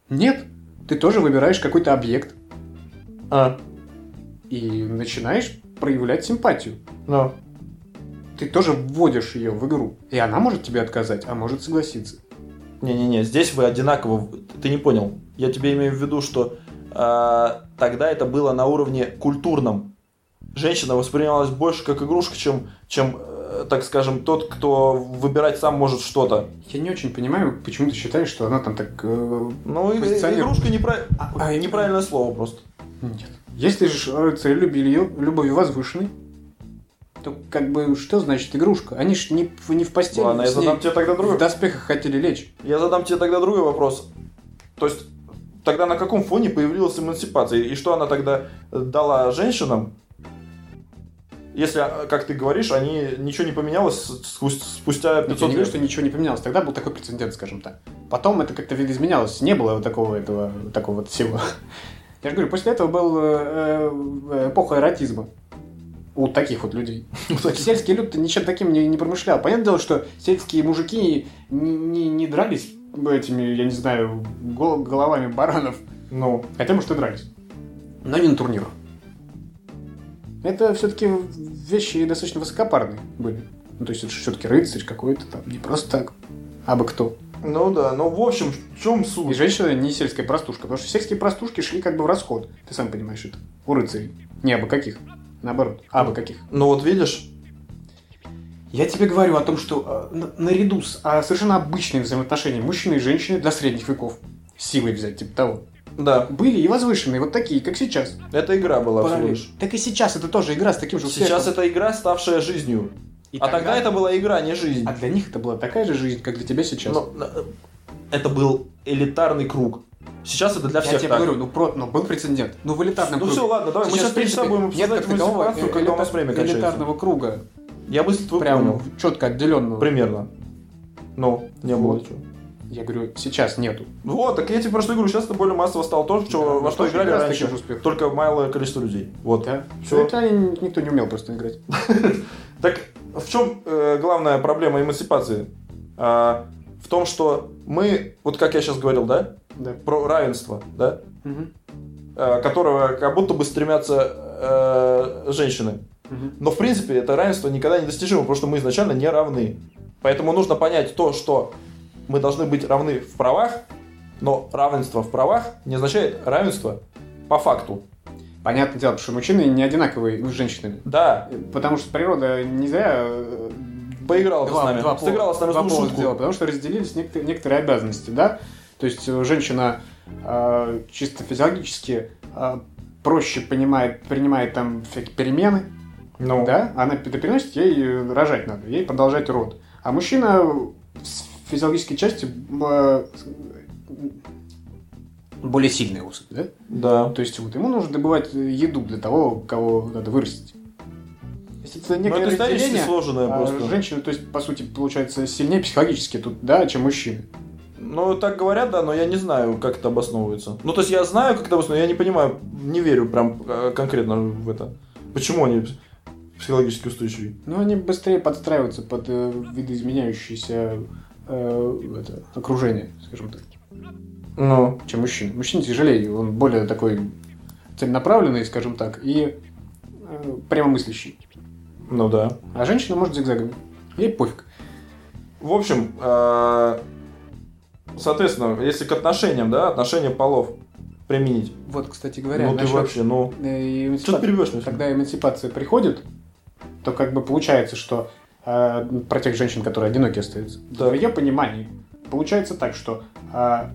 Speaker 2: Нет, ты тоже выбираешь какой-то объект
Speaker 1: А,
Speaker 2: и начинаешь проявлять симпатию.
Speaker 1: ну.
Speaker 2: Ты тоже вводишь ее в игру, и она может тебе отказать, а может согласиться.
Speaker 1: Не-не-не, здесь вы одинаково... в- Ты не понял. Я тебе имею в виду, что а, тогда это было на уровне культурном. Женщина воспринималась больше как игрушка, чем, чем э, э, так скажем, тот, кто выбирать сам может что-то.
Speaker 2: Я не очень понимаю, почему ты считаешь, что она там так... э,
Speaker 1: Ну, и-
Speaker 2: Позиционер-
Speaker 1: игрушка непра-
Speaker 2: А, а, и-
Speaker 1: неправильное слово просто.
Speaker 2: Нет. Если же шарится любовью, любовью возвышенной, то как бы что значит игрушка? Они ж не, в- не в постели
Speaker 1: Ладно, я
Speaker 2: с ней
Speaker 1: задам тебе тогда другой.
Speaker 2: в доспехах хотели лечь.
Speaker 1: Я задам тебе тогда другой вопрос. То есть, тогда на каком фоне появилась эмансипация? И что она тогда э, дала женщинам? Если, а, как ты говоришь, они ничего не поменялось с- спу- спустя
Speaker 2: Но я
Speaker 1: 500
Speaker 2: не говорю,
Speaker 1: лет.
Speaker 2: что ничего не поменялось. Тогда был такой прецедент, скажем так. Потом это как-то видоизменялось. Не было вот такого этого, такого вот всего. Я же говорю, после этого была э, эпоха эротизма. У таких вот людей. Сельский люд ничем таким не, не промышлял. Понятное дело, что сельские мужики не, не- не дрались этими, я не знаю, гол- головами баранов.
Speaker 1: Ну,
Speaker 2: Хотя, может, и дрались. Но не на турнирах. Это все-таки вещи достаточно высокопарные были. Ну, то есть это все-таки рыцарь какой-то там, не просто так, а бы кто.
Speaker 1: ну да, ну в общем, в чем
Speaker 2: И
Speaker 1: суть?
Speaker 2: женщина не сельская простушка, потому что сельские простушки шли как бы в расход. Ты сам понимаешь это. У рыцарей. Не абы каких. Наоборот, абы каких.
Speaker 1: Ну вот видишь,
Speaker 2: Я тебе говорю о том, что э, на- наряду с а, совершенно обычными взаимоотношениями мужчины и женщины для средних веков, силой взять, типа того,
Speaker 1: да,
Speaker 2: были и возвышенные, вот такие, как сейчас.
Speaker 1: это игра была всего
Speaker 2: Параллель.
Speaker 1: лишь.
Speaker 2: Так и сейчас это тоже игра с таким же успехом.
Speaker 1: Сейчас это игра, ставшая жизнью.
Speaker 2: И
Speaker 1: а тогда это была игра, не жизнь.
Speaker 2: А для них это была такая же жизнь, как для тебя сейчас.
Speaker 1: Ну, э, это был элитарный круг. Сейчас это для
Speaker 2: я
Speaker 1: всех
Speaker 2: тебе
Speaker 1: так.
Speaker 2: говорю, ну, про, ну был прецедент. Ну в элитарном
Speaker 1: Ну
Speaker 2: круге.
Speaker 1: все, ладно, давай, мы сейчас
Speaker 2: в
Speaker 1: три часа
Speaker 2: принципе,
Speaker 1: будем
Speaker 2: нет
Speaker 1: обсуждать
Speaker 2: как такового
Speaker 1: эмансипацию, когда у нас
Speaker 2: элита-
Speaker 1: время кончается.
Speaker 2: элитарного круга,
Speaker 1: Я быстро твой
Speaker 2: прям
Speaker 1: понял.
Speaker 2: четко отделенного.
Speaker 1: Примерно. Ну, не было
Speaker 2: Вот.
Speaker 1: чего.
Speaker 2: Я говорю, сейчас нету.
Speaker 1: Вот, так я тебе про что говорю, сейчас это более массово стало то, в чё-
Speaker 2: Да,
Speaker 1: во
Speaker 2: ну,
Speaker 1: что
Speaker 2: тоже
Speaker 1: играли
Speaker 2: игра с
Speaker 1: раньше.
Speaker 2: таким же успехом.
Speaker 1: Только малое количество людей. Вот.
Speaker 2: Да.
Speaker 1: Всё.
Speaker 2: Ну, Это они- никто не умел просто играть.
Speaker 1: Так в чем главная проблема эмансипации? А, в том, что мы, вот как я сейчас говорил, да,
Speaker 2: Да.
Speaker 1: про равенство, да,
Speaker 2: Мгм.
Speaker 1: э, которого как будто бы стремятся э, женщины.
Speaker 2: Мгм.
Speaker 1: Но в принципе это равенство никогда не достижимо, потому что мы изначально не равны. Поэтому нужно понять то, что мы должны быть равны в правах, но равенство в правах не означает равенство по факту.
Speaker 2: Понятное дело, потому что мужчины не одинаковые ну, с женщинами.
Speaker 1: Да,
Speaker 2: Потому что природа не зря э,
Speaker 1: поиграла ты
Speaker 2: Два-
Speaker 1: с нами,
Speaker 2: два пола-
Speaker 1: сыграла с нами
Speaker 2: два
Speaker 1: злую
Speaker 2: пола
Speaker 1: шутку.
Speaker 2: сделала, потому что разделились некотор- некоторые обязанности, да? То есть э, женщина э, чисто физиологически э, проще понимает, принимает там всякие перемены,
Speaker 1: Ну,
Speaker 2: да? Она это переносит, ей э, рожать надо, ей продолжать род. А мужчина с физиологической части э, с- более сильная особь, да?
Speaker 1: да.
Speaker 2: То есть вот ему нужно добывать еду для того, кого надо вырастить. То есть
Speaker 1: Но
Speaker 2: это некое
Speaker 1: Ну, это исторически
Speaker 2: разделение,
Speaker 1: сложенное
Speaker 2: а
Speaker 1: просто.
Speaker 2: Женщины, то есть, по сути, получается, сильнее психологически тут, да, чем мужчины.
Speaker 1: Ну, так говорят, да, но я не знаю, как это обосновывается. Ну, то есть я знаю, как это обосновывается, но я не понимаю, не верю прям э, конкретно в это. Почему они пс- психологически устойчивы?
Speaker 2: Но они быстрее подстраиваются под э, видоизменяющееся э, это, окружение, скажем так,
Speaker 1: Ну,
Speaker 2: чем мужчина. Мужчина тяжелее, он более такой целенаправленный, скажем так, и э, прямомыслящий.
Speaker 1: ну да.
Speaker 2: А женщина может зигзагами. Ей пофиг.
Speaker 1: В общем, э, соответственно, если к отношениям, да, отношения полов применить.
Speaker 2: Вот, кстати говоря,
Speaker 1: ну ты
Speaker 2: насчет,
Speaker 1: вообще, ну.
Speaker 2: э, эмансипации.
Speaker 1: Что ты перебьешь меня?
Speaker 2: когда эмансипация приходит, то как бы получается, что э, про тех женщин, которые одиноки остаются,
Speaker 1: Да.
Speaker 2: в ее понимании получается так, что э,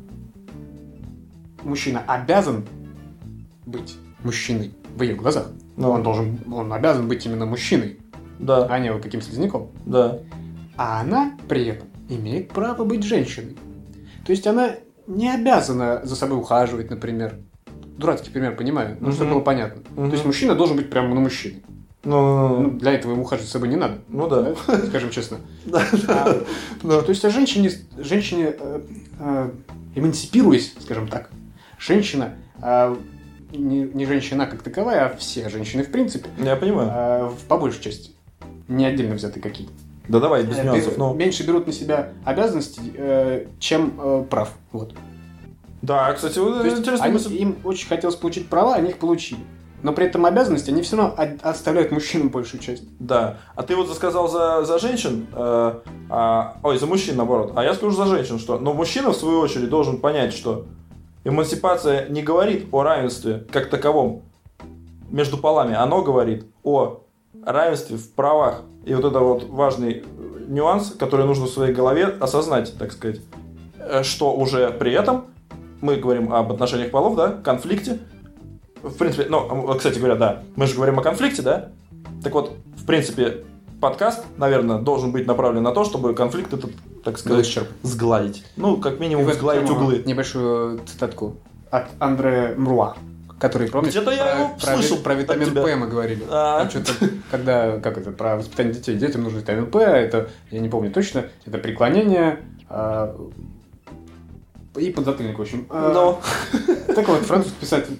Speaker 2: мужчина обязан быть мужчиной в ее глазах.
Speaker 1: Ну,
Speaker 2: Он должен, он обязан быть именно мужчиной,
Speaker 1: Да,
Speaker 2: а не вот каким слизняком.
Speaker 1: да.
Speaker 2: А она при этом имеет право быть женщиной. То есть она не обязана за собой ухаживать, например. Дурацкий пример, понимаю, ну, чтобы
Speaker 1: Мгм.
Speaker 2: было понятно.
Speaker 1: Мгм.
Speaker 2: То есть мужчина должен быть прямо на мужчине.
Speaker 1: Ну, ну,
Speaker 2: Ну,
Speaker 1: ну,
Speaker 2: для этого ему ухаживать за собой не надо,
Speaker 1: ну да.
Speaker 2: да, скажем честно.
Speaker 1: Да,
Speaker 2: А,
Speaker 1: да.
Speaker 2: То есть, а женщине, женщине э, э, эмансипируясь, скажем так, женщина, э, не, не женщина как таковая, а все женщины в принципе,
Speaker 1: Я понимаю.
Speaker 2: э, в- по большей части, не отдельно взятые какие-то.
Speaker 1: Да давай, без
Speaker 2: Э,
Speaker 1: нюансов.
Speaker 2: бе-
Speaker 1: Ну,
Speaker 2: Меньше берут на себя обязанностей, э, чем э, прав. Вот.
Speaker 1: да, кстати, вот
Speaker 2: То есть
Speaker 1: интересная
Speaker 2: они-
Speaker 1: мысль.
Speaker 2: им очень хотелось получить права, они их получили. Но при этом обязанности они все равно от- отставляют мужчинам большую часть.
Speaker 1: Да. А ты вот сказал за, за женщин, э, а, ой, за мужчин наоборот. А я скажу за женщин, что. Но мужчина, в свою очередь, должен понять, что эмансипация не говорит о равенстве как таковом между полами. Оно говорит о равенстве в правах. И вот это вот важный э, нюанс, который нужно в своей голове осознать, так сказать, Э, что уже при этом мы говорим об отношениях полов, да, конфликте. В принципе, ну, кстати говоря, да, мы же говорим о конфликте, да? Так вот, в принципе, подкаст, наверное, должен быть направлен на то, чтобы конфликт этот, так сказать,
Speaker 2: Вычерп.
Speaker 1: сгладить. Ну, как минимум,
Speaker 2: И в эту
Speaker 1: сгладить
Speaker 2: тему
Speaker 1: углы.
Speaker 2: Небольшую цитатку от Андре Мруа, который, помнишь,
Speaker 1: Где-то я его
Speaker 2: про,
Speaker 1: слышал
Speaker 2: ви- про
Speaker 1: от
Speaker 2: витамин
Speaker 1: тебя.
Speaker 2: П мы говорили.
Speaker 1: А.
Speaker 2: Там что-то, когда, как это, про воспитание детей. Детям нужен витамин П, а это, я не помню точно, это преклонение а, и подзатыльник, в общем. А,
Speaker 1: Но
Speaker 2: Так вот, французский писатель.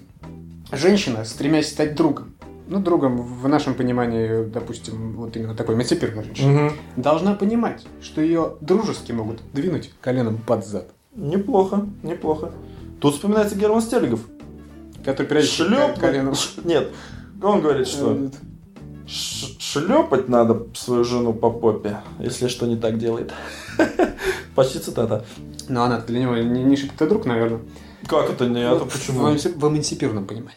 Speaker 2: Женщина, стремясь стать другом, ну, другом в нашем понимании, допустим, вот именно такой эмансипированной женщины,
Speaker 1: Мгм.
Speaker 2: должна понимать, что ее дружески могут двинуть коленом под зад.
Speaker 1: неплохо, неплохо. Тут вспоминается Герман Стерлигов.
Speaker 2: Который периодически
Speaker 1: Шлёпнуть.
Speaker 2: коленом.
Speaker 1: Нет, он говорит, что ш- шлепать надо свою жену по попе, если что не так делает. Почти цитата.
Speaker 2: Но Ну, она для него не, не шибко-то друг, наверное. Ну,
Speaker 1: Как это не? Это
Speaker 2: Вот В,
Speaker 1: почему?
Speaker 2: эмансип- в эмансипированном понимании.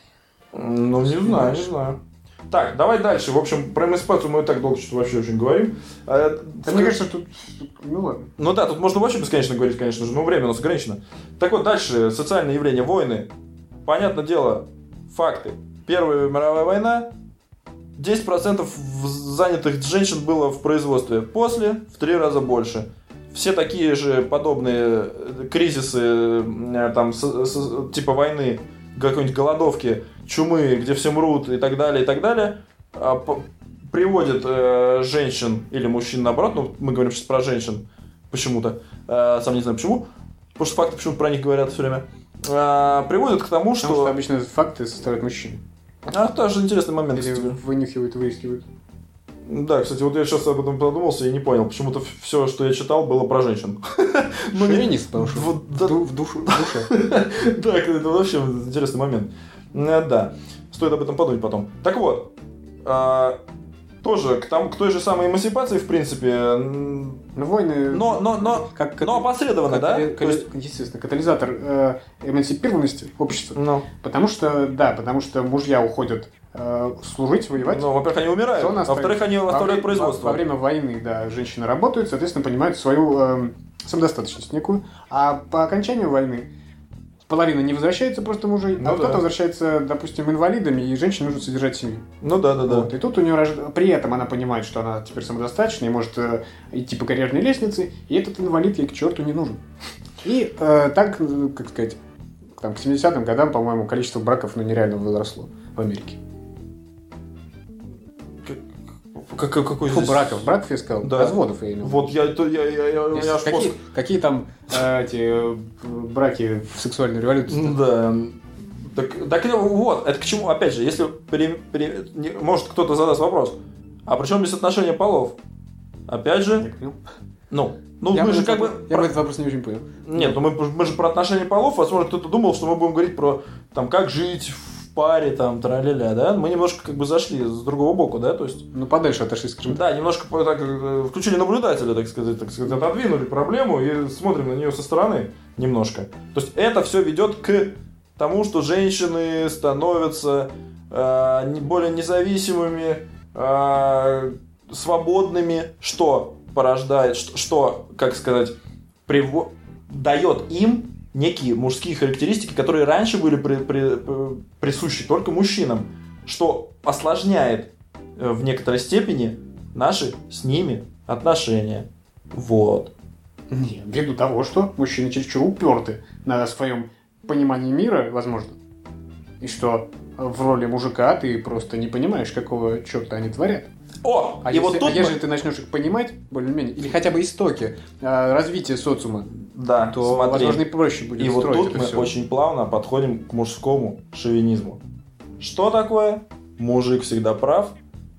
Speaker 1: Ну, не знаю, не знаю. Так, давай дальше. В общем, про эмансипацию мы и так долго что-то вообще очень говорим. Э,
Speaker 2: Да мне кажется, что тут... Ну ладно.
Speaker 1: Ну да, тут можно вообще бесконечно говорить, конечно же, но время у нас ограничено. Так вот, дальше социальные явления, войны. Понятное дело, факты. Первая мировая война, 10% в- занятых женщин было в производстве. После в три раза больше. Все такие же подобные э, кризисы, э, там, с- с- типа войны, какой-нибудь голодовки, чумы, где все мрут и так далее, и так далее, а, п- приводит э, женщин или мужчин, наоборот, ну, мы говорим сейчас про женщин, почему-то. э, сам не знаю почему. Потому что факты почему про них говорят все время. э, приводит к тому,
Speaker 2: Потому что
Speaker 1: что...
Speaker 2: обычно факты составляют мужчины.
Speaker 1: А, тоже интересный момент.
Speaker 2: Или
Speaker 1: кстати говоря.
Speaker 2: вынюхивают, выискивают.
Speaker 1: Да, кстати, вот я сейчас об этом подумался и не понял. Почему-то все, что я читал, было про женщин. Ну, не-
Speaker 2: Шовинист, потому что
Speaker 1: Вот
Speaker 2: в
Speaker 1: да-
Speaker 2: ду- в душу, в душе.
Speaker 1: Да, это вообще интересный момент. Э, Да, стоит об этом подумать потом. Так вот, а, тоже к, там, к той же самой эмансипации, в принципе, м,
Speaker 2: Ну, войны...
Speaker 1: но, но, но,
Speaker 2: Как,
Speaker 1: но опосредованно, да?
Speaker 2: катали-
Speaker 1: То есть-
Speaker 2: катали- Естественно, катализатор э, эмансипированности общества.
Speaker 1: ну,
Speaker 2: Потому что, да, потому что мужья уходят э, служить, воевать.
Speaker 1: ну, во-первых, они умирают,
Speaker 2: Что у нас
Speaker 1: во-вторых, они
Speaker 2: Во
Speaker 1: оставляют
Speaker 2: время-
Speaker 1: производство.
Speaker 2: Во, во время войны, да, женщины работают, соответственно, понимают свою эм, самодостаточность некую. А по окончанию войны половина не возвращается просто мужей,
Speaker 1: Ну
Speaker 2: а
Speaker 1: да.
Speaker 2: кто-то возвращается, допустим, инвалидами, и женщине нужно содержать семью.
Speaker 1: Ну да, да, да.
Speaker 2: Вот, И тут у нее рож- при этом она понимает, что она теперь самодостаточна и может э, идти по карьерной лестнице, и этот инвалид ей к черту не нужен. И э, так, э, как сказать, там, к 70-м годам, по-моему, количество браков ну, нереально возросло в Америке.
Speaker 1: Как- как- какой
Speaker 2: Фу,
Speaker 1: здесь-
Speaker 2: браков, браков я сказал,
Speaker 1: Да.
Speaker 2: разводов я имею в виду.
Speaker 1: Вот я, то- я, я, я, у меня
Speaker 2: Если
Speaker 1: аж
Speaker 2: какие,
Speaker 1: мозг-
Speaker 2: какие там э, эти э, браки в сексуальную революцию?
Speaker 1: Ну Да. Так, так это вот, это к чему, опять же, если пере- пере- не- может кто-то задаст вопрос, а при чем здесь отношение полов? Опять же,
Speaker 2: понял.
Speaker 1: ну, ну
Speaker 2: Я
Speaker 1: мы же
Speaker 2: этот
Speaker 1: как бы...
Speaker 2: вопрос- Я
Speaker 1: про-
Speaker 2: этот вопрос не очень понял.
Speaker 1: Нет, ну мы, мы же про отношения полов, возможно, кто-то думал, что мы будем говорить про там как жить в паре, там, траля да? Мы немножко как бы зашли с другого боку, да, то есть,
Speaker 2: Ну, подальше отошли, скажем так.
Speaker 1: да, немножко по- так, э, включили наблюдателя, так сказать, так сказать, отодвинули проблему и смотрим на нее со стороны немножко. То есть это все ведет к тому, что женщины становятся э, не- более независимыми, э, свободными, что порождает, что, что, как сказать, приво- дает им некие мужские характеристики, которые раньше были при- при- э, присущи только мужчинам, что осложняет э, в некоторой степени наши с ними отношения. Вот.
Speaker 2: Не, ввиду того, что мужчины чересчур уперты на своем понимании мира, возможно. И что в роли мужика ты просто не понимаешь, какого черта они творят.
Speaker 1: О,
Speaker 2: А,
Speaker 1: и
Speaker 2: если,
Speaker 1: вот тут
Speaker 2: а
Speaker 1: мы-
Speaker 2: если ты начнешь их понимать более-менее, или хотя бы истоки э, развития социума,
Speaker 1: да,
Speaker 2: то,
Speaker 1: смотри.
Speaker 2: возможно, и проще будет
Speaker 1: И вот
Speaker 2: строить
Speaker 1: тут
Speaker 2: это
Speaker 1: мы
Speaker 2: всё.
Speaker 1: очень плавно подходим к мужскому шовинизму. Что такое? Мужик всегда прав.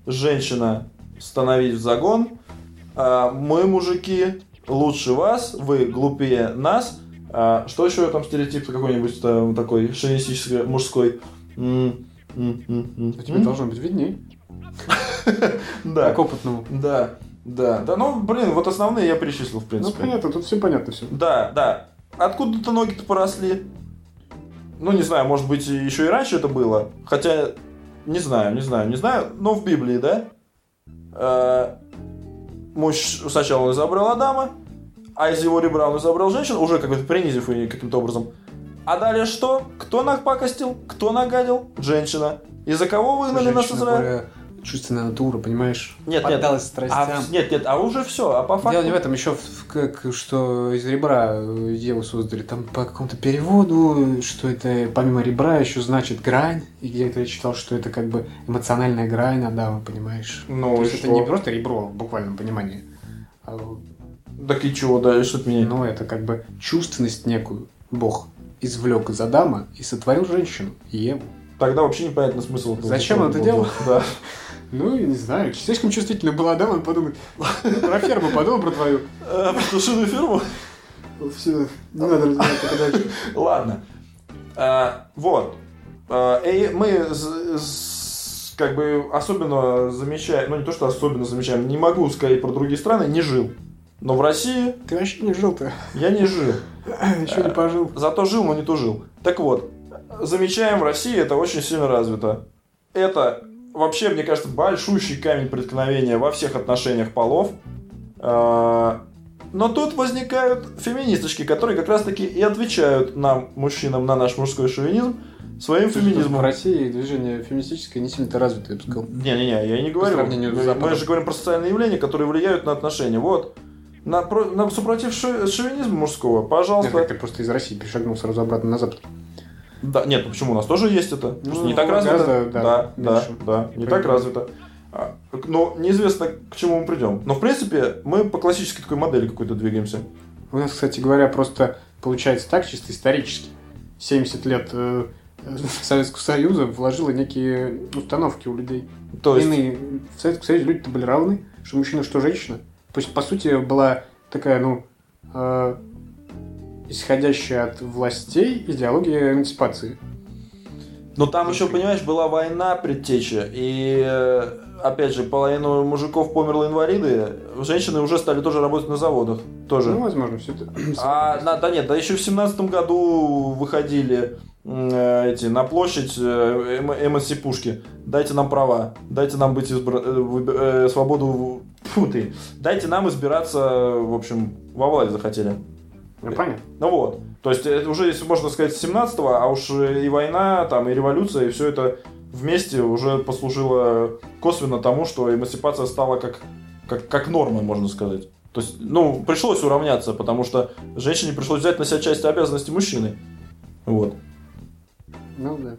Speaker 1: Женщина, становись в загон. А, Мы, мужики, лучше вас, вы глупее нас. А, Что еще там стереотип какой-нибудь там э, такой шовинистический, мужской? М, м, м, м.
Speaker 2: Да Тебе должно быть виднее,
Speaker 1: Да.
Speaker 2: как опытному.
Speaker 1: Да, да, да, ну, блин, вот основные я перечислил, в
Speaker 2: Ну,
Speaker 1: принципе.
Speaker 2: понятно, тут все понятно все.
Speaker 1: Да, да. Откуда-то ноги-то поросли. Ну, не знаю, может быть, еще и раньше это было. Хотя, не знаю, не знаю, не знаю. Но в Ну, Библии, да? э, муж сначала забрал Адама, а из его ребра он забрал женщину, уже как-то принизив ее каким-то образом. А далее что? Кто напакостил? Кто нагадил? Женщина. Из-за кого выгнали нас из
Speaker 2: Женщина
Speaker 1: рая?
Speaker 2: более чувственная натура, понимаешь?
Speaker 1: Нет, нет.
Speaker 2: Поддалась
Speaker 1: А,
Speaker 2: страстям.
Speaker 1: в- нет, нет, а уже все, а по факту...
Speaker 2: Дело не в этом, еще в- как что из ребра э, Еву создали, там по какому-то переводу, что это помимо ребра еще значит грань, и где-то я читал, что это как бы эмоциональная грань Адама, понимаешь?
Speaker 1: Ну,
Speaker 2: То
Speaker 1: и
Speaker 2: есть это
Speaker 1: что?
Speaker 2: не просто ребро в буквальном понимании, а,
Speaker 1: Так и чего, да, и что ты меня...
Speaker 2: но это как бы чувственность некую Бог извлек из Адама и сотворил женщину, Еву.
Speaker 1: Тогда вообще непонятно смысл этого.
Speaker 2: Зачем он это
Speaker 1: был.
Speaker 2: делал?
Speaker 1: Да.
Speaker 2: Ну, я не знаю, слишком чувствительно был Адам, он подумал, про ферму подумал, А, про твою.
Speaker 1: Э, Петушиную фирму?
Speaker 2: Все, не надо разбираться дальше.
Speaker 1: Ладно. А, Вот. А, и Мы з- з- как бы особенно замечаем, ну не то, что особенно замечаем, не могу сказать про другие страны, не жил. Но в России
Speaker 2: Ты вообще не жил-то,
Speaker 1: я не жил.
Speaker 2: еще не пожил.
Speaker 1: Зато жил, но не тужил. Так вот, замечаем, в России это очень сильно развито. Это вообще, мне кажется, большущий камень преткновения во всех отношениях полов. А, Но тут возникают феминисточки, которые как раз-таки и отвечают нам, мужчинам, на наш мужской шовинизм своим
Speaker 2: В
Speaker 1: феминизмом.
Speaker 2: России движение феминистическое не сильно-то развитое, я бы сказал.
Speaker 1: Не-не-не, я и не говорю.
Speaker 2: сравнению с
Speaker 1: Мы- Мы
Speaker 2: Западом.
Speaker 1: же говорим про социальные явления, которые влияют на отношения. Вот. На, про- на супротив шо- шовинизма мужского,
Speaker 2: Нет, как
Speaker 1: пожалуйста.
Speaker 2: ты просто из России перешагнул сразу обратно на Запад.
Speaker 1: Да, нет, ну почему у нас тоже есть это? Просто
Speaker 2: Ну,
Speaker 1: не так развито.
Speaker 2: гораздо, да,
Speaker 1: да, да,
Speaker 2: меньше.
Speaker 1: да, не
Speaker 2: Понимаю.
Speaker 1: так развито. А, Но неизвестно, к чему мы придем. Но в принципе мы по классической такой модели какой-то двигаемся.
Speaker 2: У нас, кстати говоря, просто получается так, чисто исторически. 70 лет э, э, Советского Союза вложило некие установки у людей.
Speaker 1: То есть,
Speaker 2: Иные. В Советском Союзе люди-то были равны, что мужчина, что женщина. То есть, по сути, была такая, ну, э, исходящая от властей идеология эмансипации.
Speaker 1: но там еще, понимаешь, была война предтеча, и э, опять же, половину мужиков померло инвалиды, женщины уже стали тоже работать на заводах. Тоже.
Speaker 2: Ну, возможно, все это.
Speaker 1: А, на- да нет, да еще в семнадцатом году выходили м, э, эти на площадь э, эм- эмансипушки. Дайте нам права, дайте нам быть избра- э, выб- э, свободу, в- Тьфу ты, дайте нам избираться, в общем, во власть захотели.
Speaker 2: Ну, понятно.
Speaker 1: Ну вот, то есть это уже, если можно сказать, с 17-го, а уж и война, там, и революция, и все это вместе уже послужило косвенно тому, что эмансипация стала как, как, как нормой, можно сказать. То есть, ну, пришлось уравняться, потому что женщине пришлось взять на себя часть обязанностей мужчины. Вот.
Speaker 2: Ну да.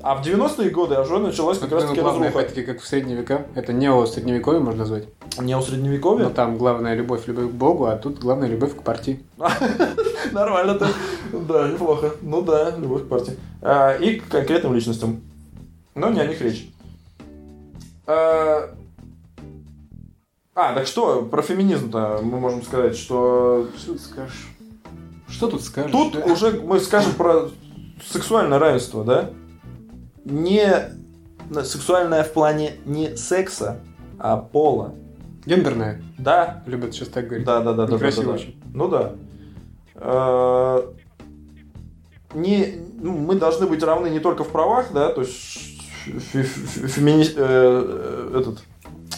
Speaker 1: А в 90-е годы уже началась как
Speaker 2: Ну,
Speaker 1: раз-таки
Speaker 2: главное,
Speaker 1: разруха.
Speaker 2: опять-таки, как в средние века. Это нео-средневековье можно назвать.
Speaker 1: Не у
Speaker 2: Но
Speaker 1: средневековья?
Speaker 2: там главная любовь, любовь к Богу, а тут главная любовь к партии.
Speaker 1: Нормально ты. Да, неплохо. Ну да, любовь к партии. А, И к конкретным личностям. Но не о них речь. А, а, так что, про феминизм-то мы можем сказать, что...
Speaker 2: Что тут скажешь? Что тут скажешь?
Speaker 1: Тут
Speaker 2: да?
Speaker 1: уже мы скажем про сексуальное равенство, да? Не на- сексуальное в плане не секса, а пола.
Speaker 2: Гендерная.
Speaker 1: Да,
Speaker 2: Любят сейчас так говорить.
Speaker 1: да, да, да, да. да, да,
Speaker 2: Некрасиво
Speaker 1: да.
Speaker 2: очень.
Speaker 1: Ну да. Э, Не, ну, мы должны быть равны не только в правах, да, то есть фе- фе- фе- фемини- э, э, этот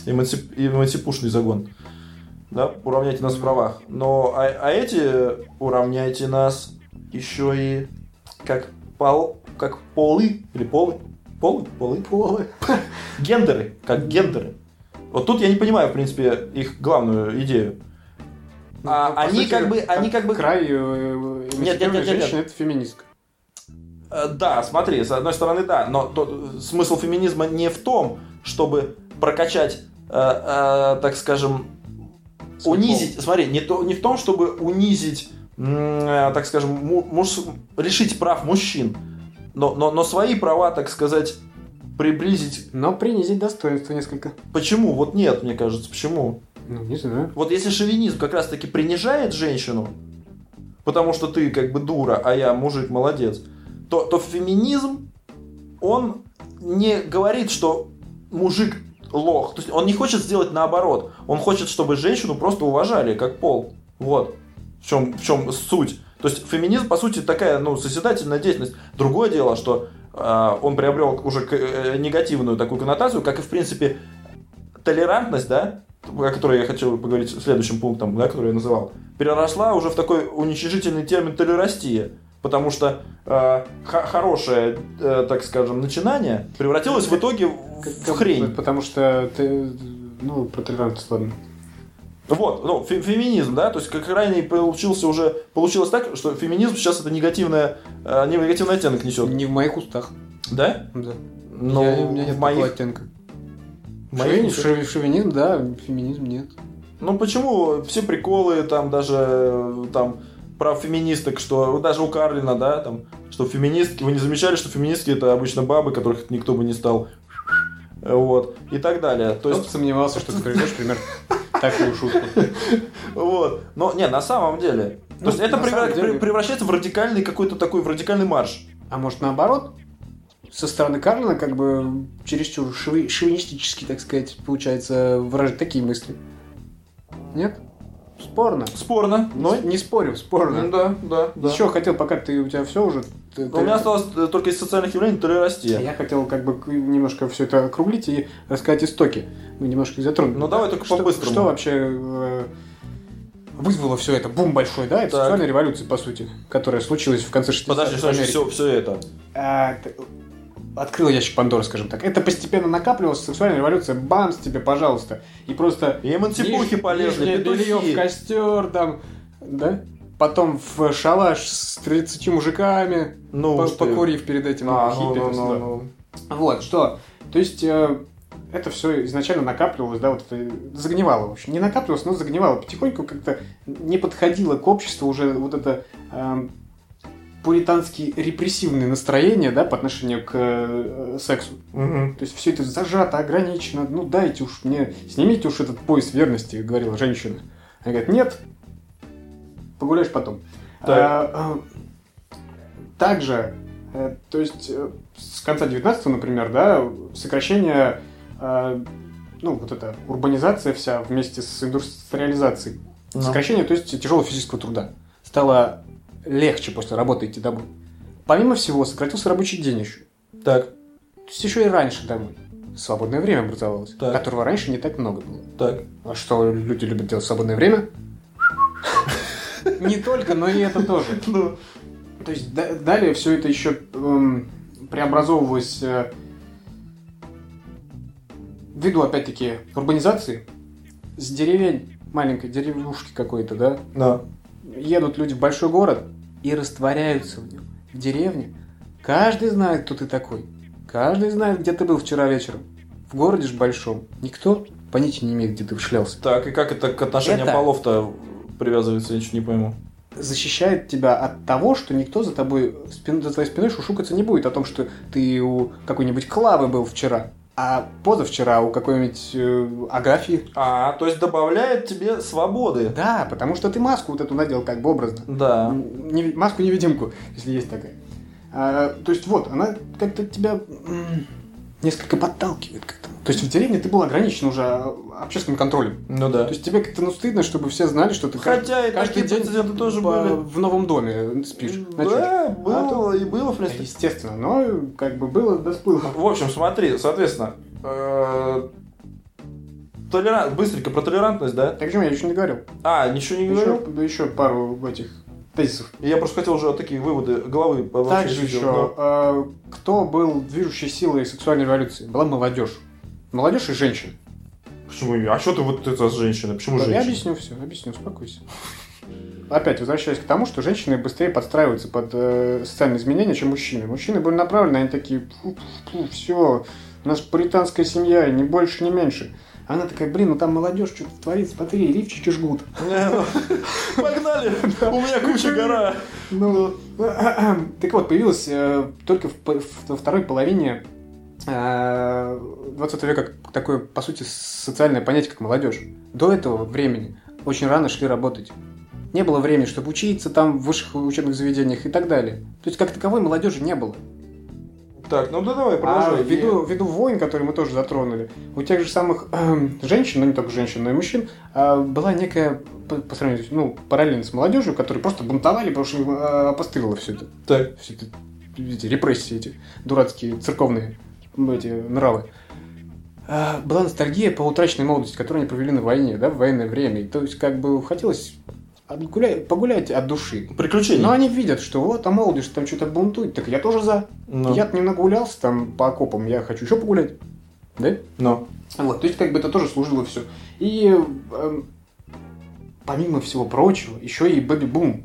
Speaker 1: эмансип- эмансипушный загон, да, уравняйте нас в правах. Но а, а эти уравняйте нас еще и как пол, как полы или полы, полы, полы,
Speaker 2: Полы.
Speaker 1: гендеры, как гендеры. Вот тут я не понимаю, в принципе, их главную идею. А
Speaker 2: Ну, по
Speaker 1: они как бы- они как бы-
Speaker 2: Край э, э,
Speaker 1: нет, нет, нет, нет.
Speaker 2: женщина это феминистка.
Speaker 1: Э, Да, смотри, с одной стороны, да, но то- э, смысл феминизма не в том, чтобы прокачать, э, э, так скажем,
Speaker 2: Свой
Speaker 1: унизить, смотри, не, то, не в том, чтобы унизить, м, э, так скажем, му- муж- лишить прав мужчин, но, но, но свои права, так сказать, приблизить.
Speaker 2: Но принизить достоинство несколько.
Speaker 1: Почему? Вот нет, мне кажется, почему?
Speaker 2: Ну, не знаю.
Speaker 1: Вот если шовинизм как раз-таки принижает женщину, потому что ты как бы дура, а я мужик молодец, то, то феминизм, он не говорит, что мужик лох. То есть он не хочет сделать наоборот. Он хочет, чтобы женщину просто уважали, как пол. Вот. В чем, в чем суть. То есть феминизм, по сути, такая, ну, созидательная деятельность. Другое дело, что э, он приобрел уже к- э, негативную такую коннотацию, как и, в принципе, толерантность, да, о которой я хотел поговорить следующим пунктом, да, который я называл, переросла уже в такой уничижительный термин толерастия. Потому что э, х- хорошее, э, так скажем, начинание превратилось в итоге в,
Speaker 2: Как-
Speaker 1: в
Speaker 2: как-
Speaker 1: хрень.
Speaker 2: Потому что ты... Ну, про толерантность, ладно.
Speaker 1: Вот, ну, фе- феминизм, да, то есть как крайне получился уже, получилось так, что феминизм сейчас это негативное, э, не- негативный оттенок несет,
Speaker 2: Не в моих устах.
Speaker 1: да?
Speaker 2: Да.
Speaker 1: Но
Speaker 2: Я- у меня нет
Speaker 1: в
Speaker 2: такого
Speaker 1: моих,
Speaker 2: оттенка.
Speaker 1: в моих
Speaker 2: Шовини- шови- Шовинизм, да, феминизм нет.
Speaker 1: Ну почему все приколы там даже э, там про феминисток, что даже у Карлина, да, там, что феминистки, вы не замечали, что феминистки это обычно бабы, которых никто бы не стал, Э, вот и так далее. То
Speaker 2: Кто
Speaker 1: есть
Speaker 2: бы сомневался, что ты приведешь примерно такую шутку.
Speaker 1: вот, но не на самом деле. То
Speaker 2: Ну,
Speaker 1: есть это
Speaker 2: на
Speaker 1: превра-
Speaker 2: самом деле-
Speaker 1: пре- превращается в радикальный какой-то такой в радикальный марш.
Speaker 2: А может наоборот? Со стороны Карлина как бы чересчур шови- шовинистически, так сказать, получается выражать такие мысли. Нет? Спорно.
Speaker 1: Спорно, но
Speaker 2: Не спорю, спорно.
Speaker 1: да, да, да.
Speaker 2: Еще хотел, пока ты у тебя все уже... ты-
Speaker 1: Но У меня
Speaker 2: ты-
Speaker 1: осталось э, только из социальных явлений толерастия.
Speaker 2: А Я хотел как бы к- немножко все это округлить и рассказать истоки. Мы немножко их затронули.
Speaker 1: Ну, давай только
Speaker 2: Что-
Speaker 1: по-быстрому.
Speaker 2: Что вообще э, вызвало все это бум большой, да? Это
Speaker 1: Так.
Speaker 2: сексуальная революция, по сути, которая случилась в конце 60-х.
Speaker 1: Подожди, что
Speaker 2: в
Speaker 1: значит все,
Speaker 2: Америке.
Speaker 1: все это?
Speaker 2: А, т- Открыл ящик Пандоры, скажем так. Это постепенно накапливалось, сексуальная революция, бамс тебе, пожалуйста. И просто...
Speaker 1: И эмансипухи
Speaker 2: ниж-
Speaker 1: Ну, типа полезли,
Speaker 2: нижнее белье
Speaker 1: петухи.
Speaker 2: в костер, там, да? Потом в шалаш с 30 мужиками,
Speaker 1: Ну,
Speaker 2: по-
Speaker 1: уж ты.
Speaker 2: покурив перед этим
Speaker 1: А,
Speaker 2: ну,
Speaker 1: ну,
Speaker 2: хиппи,
Speaker 1: ну,
Speaker 2: то
Speaker 1: ну,
Speaker 2: сюда.
Speaker 1: ну.
Speaker 2: Вот, что? То есть, э, это все изначально накапливалось, да, вот это загнивало, в общем. Не накапливалось, но загнивало. Потихоньку как-то не подходило к обществу уже вот это эм, пуританские репрессивные настроения, да, по отношению к э, сексу.
Speaker 1: Мгм.
Speaker 2: То есть все это зажато, ограничено. Ну дайте уж мне, снимите уж этот пояс верности, говорила женщина. Она говорит, нет, погуляешь потом.
Speaker 1: Так.
Speaker 2: А, э, также, э, то есть э, с конца 19 например, да, сокращение, э, ну вот эта урбанизация вся вместе с индустриализацией.
Speaker 1: Ну.
Speaker 2: Сокращение, то есть тяжелого физического труда. Стало легче после работы идти домой. Помимо всего, сократился рабочий день еще.
Speaker 1: Так,
Speaker 2: То есть еще и раньше домой. Свободное время образовалось,
Speaker 1: Так.
Speaker 2: которого раньше не так много было.
Speaker 1: так.
Speaker 2: А что люди любят делать в свободное время? Не только, но и это тоже.
Speaker 1: Ну,
Speaker 2: То есть да- далее все это еще эм, преобразовывалось э, ввиду, опять-таки, урбанизации с деревень, маленькой деревушки какой-то, да,
Speaker 1: да.
Speaker 2: едут люди в большой город и растворяются в нем. В деревне каждый знает, кто ты такой. Каждый знает, где ты был вчера вечером. В городе же большом. Никто понятия не имеет, где ты шлялся.
Speaker 1: Так, и как это к отношению
Speaker 2: Это-
Speaker 1: полов-то привязывается, я ничего не пойму.
Speaker 2: Защищает тебя от того, что никто за тобой спин- за твоей спиной шушукаться не будет о том, что ты у какой-нибудь Клавы был вчера, а позавчера у какой-нибудь э, Агафьи.
Speaker 1: А, то есть добавляет тебе свободы.
Speaker 2: Да, потому что ты маску вот эту надел как бы образно.
Speaker 1: Да.
Speaker 2: Не- Маску-невидимку, если есть такая. А, то есть вот, она как-то тебя м, несколько подталкивает к этому. То есть в деревне ты был ограничен уже а, общественным контролем.
Speaker 1: Ну да.
Speaker 2: То есть тебе как-то ну, стыдно, чтобы все знали, что ты кажд-
Speaker 1: Хотя и
Speaker 2: каждый
Speaker 1: такие
Speaker 2: день
Speaker 1: прецеденты тоже
Speaker 2: по-
Speaker 1: были. Ну,
Speaker 2: в новом доме спишь. ночуешь.
Speaker 1: Да, было и было, в принципе.
Speaker 2: Естественно, но как бы было, да сплыло.
Speaker 1: В общем, смотри, соответственно, э, толерант, быстренько про толерантность, да?
Speaker 2: Так почему я еще не говорил?
Speaker 1: А, ничего не говорю.
Speaker 2: Еще, еще пару этих тезисов.
Speaker 1: Я просто хотел уже такие выводы головы вообще
Speaker 2: Также
Speaker 1: сделать,
Speaker 2: еще, э, кто был движущей силой сексуальной революции? Была молодежь. Молодежь и женщины.
Speaker 1: да. Почему? А что ты вот это с женщиной? Почему
Speaker 2: Да, Я
Speaker 1: женщина?
Speaker 2: объясню все, объясню, успокойся. Опять возвращаясь к тому, что женщины быстрее подстраиваются под э, социальные изменения, чем мужчины. Мужчины были направлены, они такие, все, у нас британская семья, ни больше, ни меньше. А Она такая, блин, ну там молодежь что-то творит, смотри, лифчики жгут.
Speaker 1: Погнали! У меня куча гора.
Speaker 2: Ну, так вот, появилась э, только в п- в- во второй половине э, 20 века такое, по сути, социальное понятие, как молодежь. До этого времени очень рано шли работать. Не было времени, чтобы учиться там в высших учебных заведениях и так далее. То есть, как таковой молодежи не было.
Speaker 1: Так, ну да давай,
Speaker 2: А
Speaker 1: продолжай.
Speaker 2: ввиду, ввиду войн, которые мы тоже затронули, у тех же самых эм, женщин, ну не только женщин, но и мужчин, э, была некая, по, по сравнению, с- ну, параллельно с молодежью, которые просто бунтовали, потому что им э, опостылило все это
Speaker 1: Так,
Speaker 2: все это, эти репрессии эти дурацкие церковные м, эти нравы. А, э, была ностальгия по утраченной молодости, которую они провели на войне, да, в военное время. И то есть, как бы, хотелось отгуля- погулять от души.
Speaker 1: Приключения.
Speaker 2: Но они видят, что вот, а молодежь там что-то бунтует, так я тоже за.
Speaker 1: Ну,
Speaker 2: Я-то немного гулялся там по окопам, я хочу еще погулять. Да?
Speaker 1: ну.
Speaker 2: Вот, то есть как бы это тоже служило все. И эм, помимо всего прочего, еще и Бэби Бум,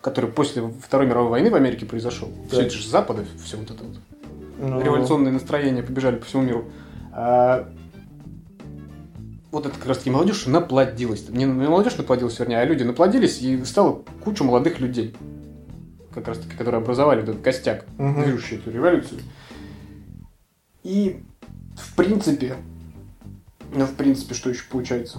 Speaker 2: который после Второй мировой войны в Америке произошел. Все
Speaker 1: Так.
Speaker 2: это же с Запада, все вот это вот.
Speaker 1: Ну,
Speaker 2: Революционные настроения побежали по всему миру. А, вот это как раз таки молодежь наплодилась. Не молодежь наплодилась, вернее, а люди наплодились и стало куча молодых людей. Как раз таки, которые образовали вот этот костяк
Speaker 1: мгм.
Speaker 2: движущую эту революцию. И в принципе, ну в принципе, что еще получается?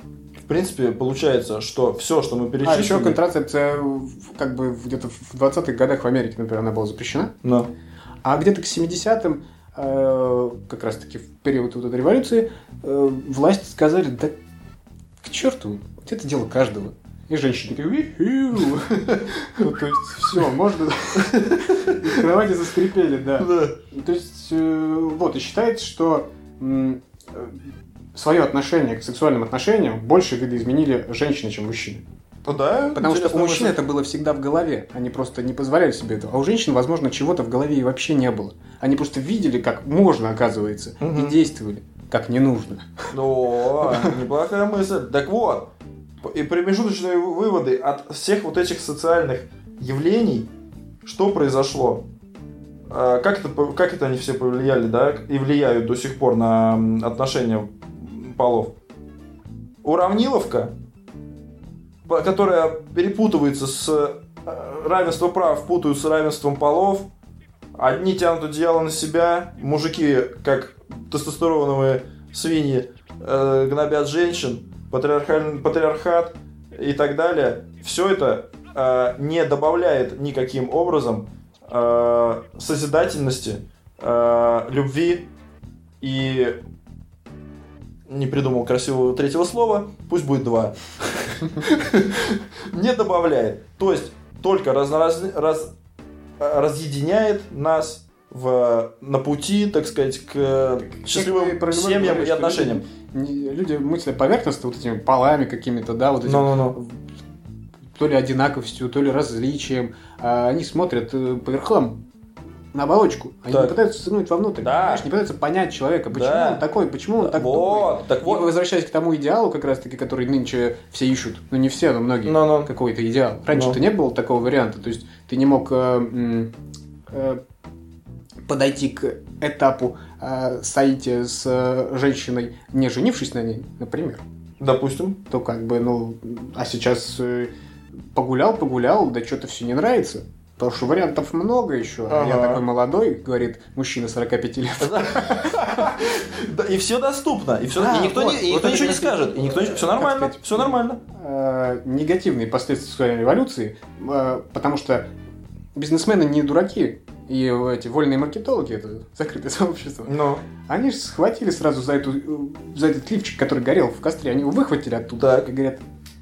Speaker 1: В принципе, получается, что все, что мы
Speaker 2: А
Speaker 1: перечислили...
Speaker 2: еще контрацепция в- как бы в- где-то в 20-х годах в Америке, например, она была запрещена.
Speaker 1: Ну,
Speaker 2: А где-то к 70-м, э, как раз таки в период вот этой революции, э, власти сказали, да к черту, вот это дело каждого. И женщины такие, «Ви-хю». Ну, то есть, все, можно... И кровати заскрипели, да. То есть, э, вот, и считается, что свое отношение к сексуальным отношениям больше видоизменили женщины, чем мужчины.
Speaker 1: Ну да,
Speaker 2: Потому что у
Speaker 1: интересная
Speaker 2: мужчин
Speaker 1: мысль.
Speaker 2: это было всегда в голове. Они просто не позволяли себе этого. А у женщин, возможно, чего-то в голове и вообще не было. Они просто видели, как можно, оказывается,
Speaker 1: Мгм.
Speaker 2: и действовали, как не нужно.
Speaker 1: О, Ну, неплохая мысль. Так вот, и промежуточные вы- выводы от всех вот этих социальных явлений, что произошло? Э, Как это, по- как это они все повлияли, да, и влияют до сих пор на м, отношения полов? Уравниловка, по- которая перепутывается с э, равенство прав, путают с равенством полов, одни тянут одеяло на себя, мужики, как тестостероновые свиньи э, гнобят женщин, патриархальный патриархат и так далее. Все это э, не добавляет никаким образом э, созидательности, э, любви и не придумал красивого третьего слова, пусть будет два. Не добавляет. То есть только разноразн- раз- э, разъединяет нас в, на пути, так сказать, к э,
Speaker 2: Как мы
Speaker 1: счастливым
Speaker 2: про любовь
Speaker 1: семьям
Speaker 2: говорили,
Speaker 1: и
Speaker 2: что
Speaker 1: отношениям.
Speaker 2: Люди, люди мыслят поверхностно вот этими полами какими-то, да, вот этими
Speaker 1: Ну-ну-ну.
Speaker 2: то ли одинаковостью, то ли различием. А они смотрят э, по верхам на оболочку. Они
Speaker 1: Так.
Speaker 2: не пытаются стрянуть вовнутрь.
Speaker 1: Да.
Speaker 2: Понимаешь, не пытаются понять человека, почему
Speaker 1: Да.
Speaker 2: он такой, почему он так думает.
Speaker 1: Вот, так
Speaker 2: И
Speaker 1: вот.
Speaker 2: возвращаясь к тому идеалу, как раз таки, который нынче все ищут. Ну, не все, но многие.
Speaker 1: Ну-ну.
Speaker 2: Какой-то идеал. Раньше-то
Speaker 1: Ну.
Speaker 2: не было такого варианта. То есть ты не мог э, м, э, подойти к этапу э, соития с э, женщиной, не женившись на ней, например
Speaker 1: Допустим.
Speaker 2: то как бы, ну, а сейчас э, погулял, погулял, да что-то все не нравится. Потому что вариантов много еще. А я
Speaker 1: Ага.
Speaker 2: такой молодой, говорит мужчина 45 лет.
Speaker 1: Да, и все доступно, и все,
Speaker 2: Да,
Speaker 1: и никто,
Speaker 2: вот,
Speaker 1: не, и
Speaker 2: вот
Speaker 1: никто
Speaker 2: это
Speaker 1: ничего не
Speaker 2: как-
Speaker 1: скажет, и никто
Speaker 2: как
Speaker 1: все нормально,
Speaker 2: сказать,
Speaker 1: все нормально.
Speaker 2: Э, Негативные последствия своей революции, э, потому что бизнесмены не дураки, и эти вольные маркетологи, это закрытое сообщество,
Speaker 1: Ну,
Speaker 2: они же схватили сразу за, эту, э, за этот лифчик, который горел в костре, они его выхватили оттуда
Speaker 1: Так.
Speaker 2: и говорят,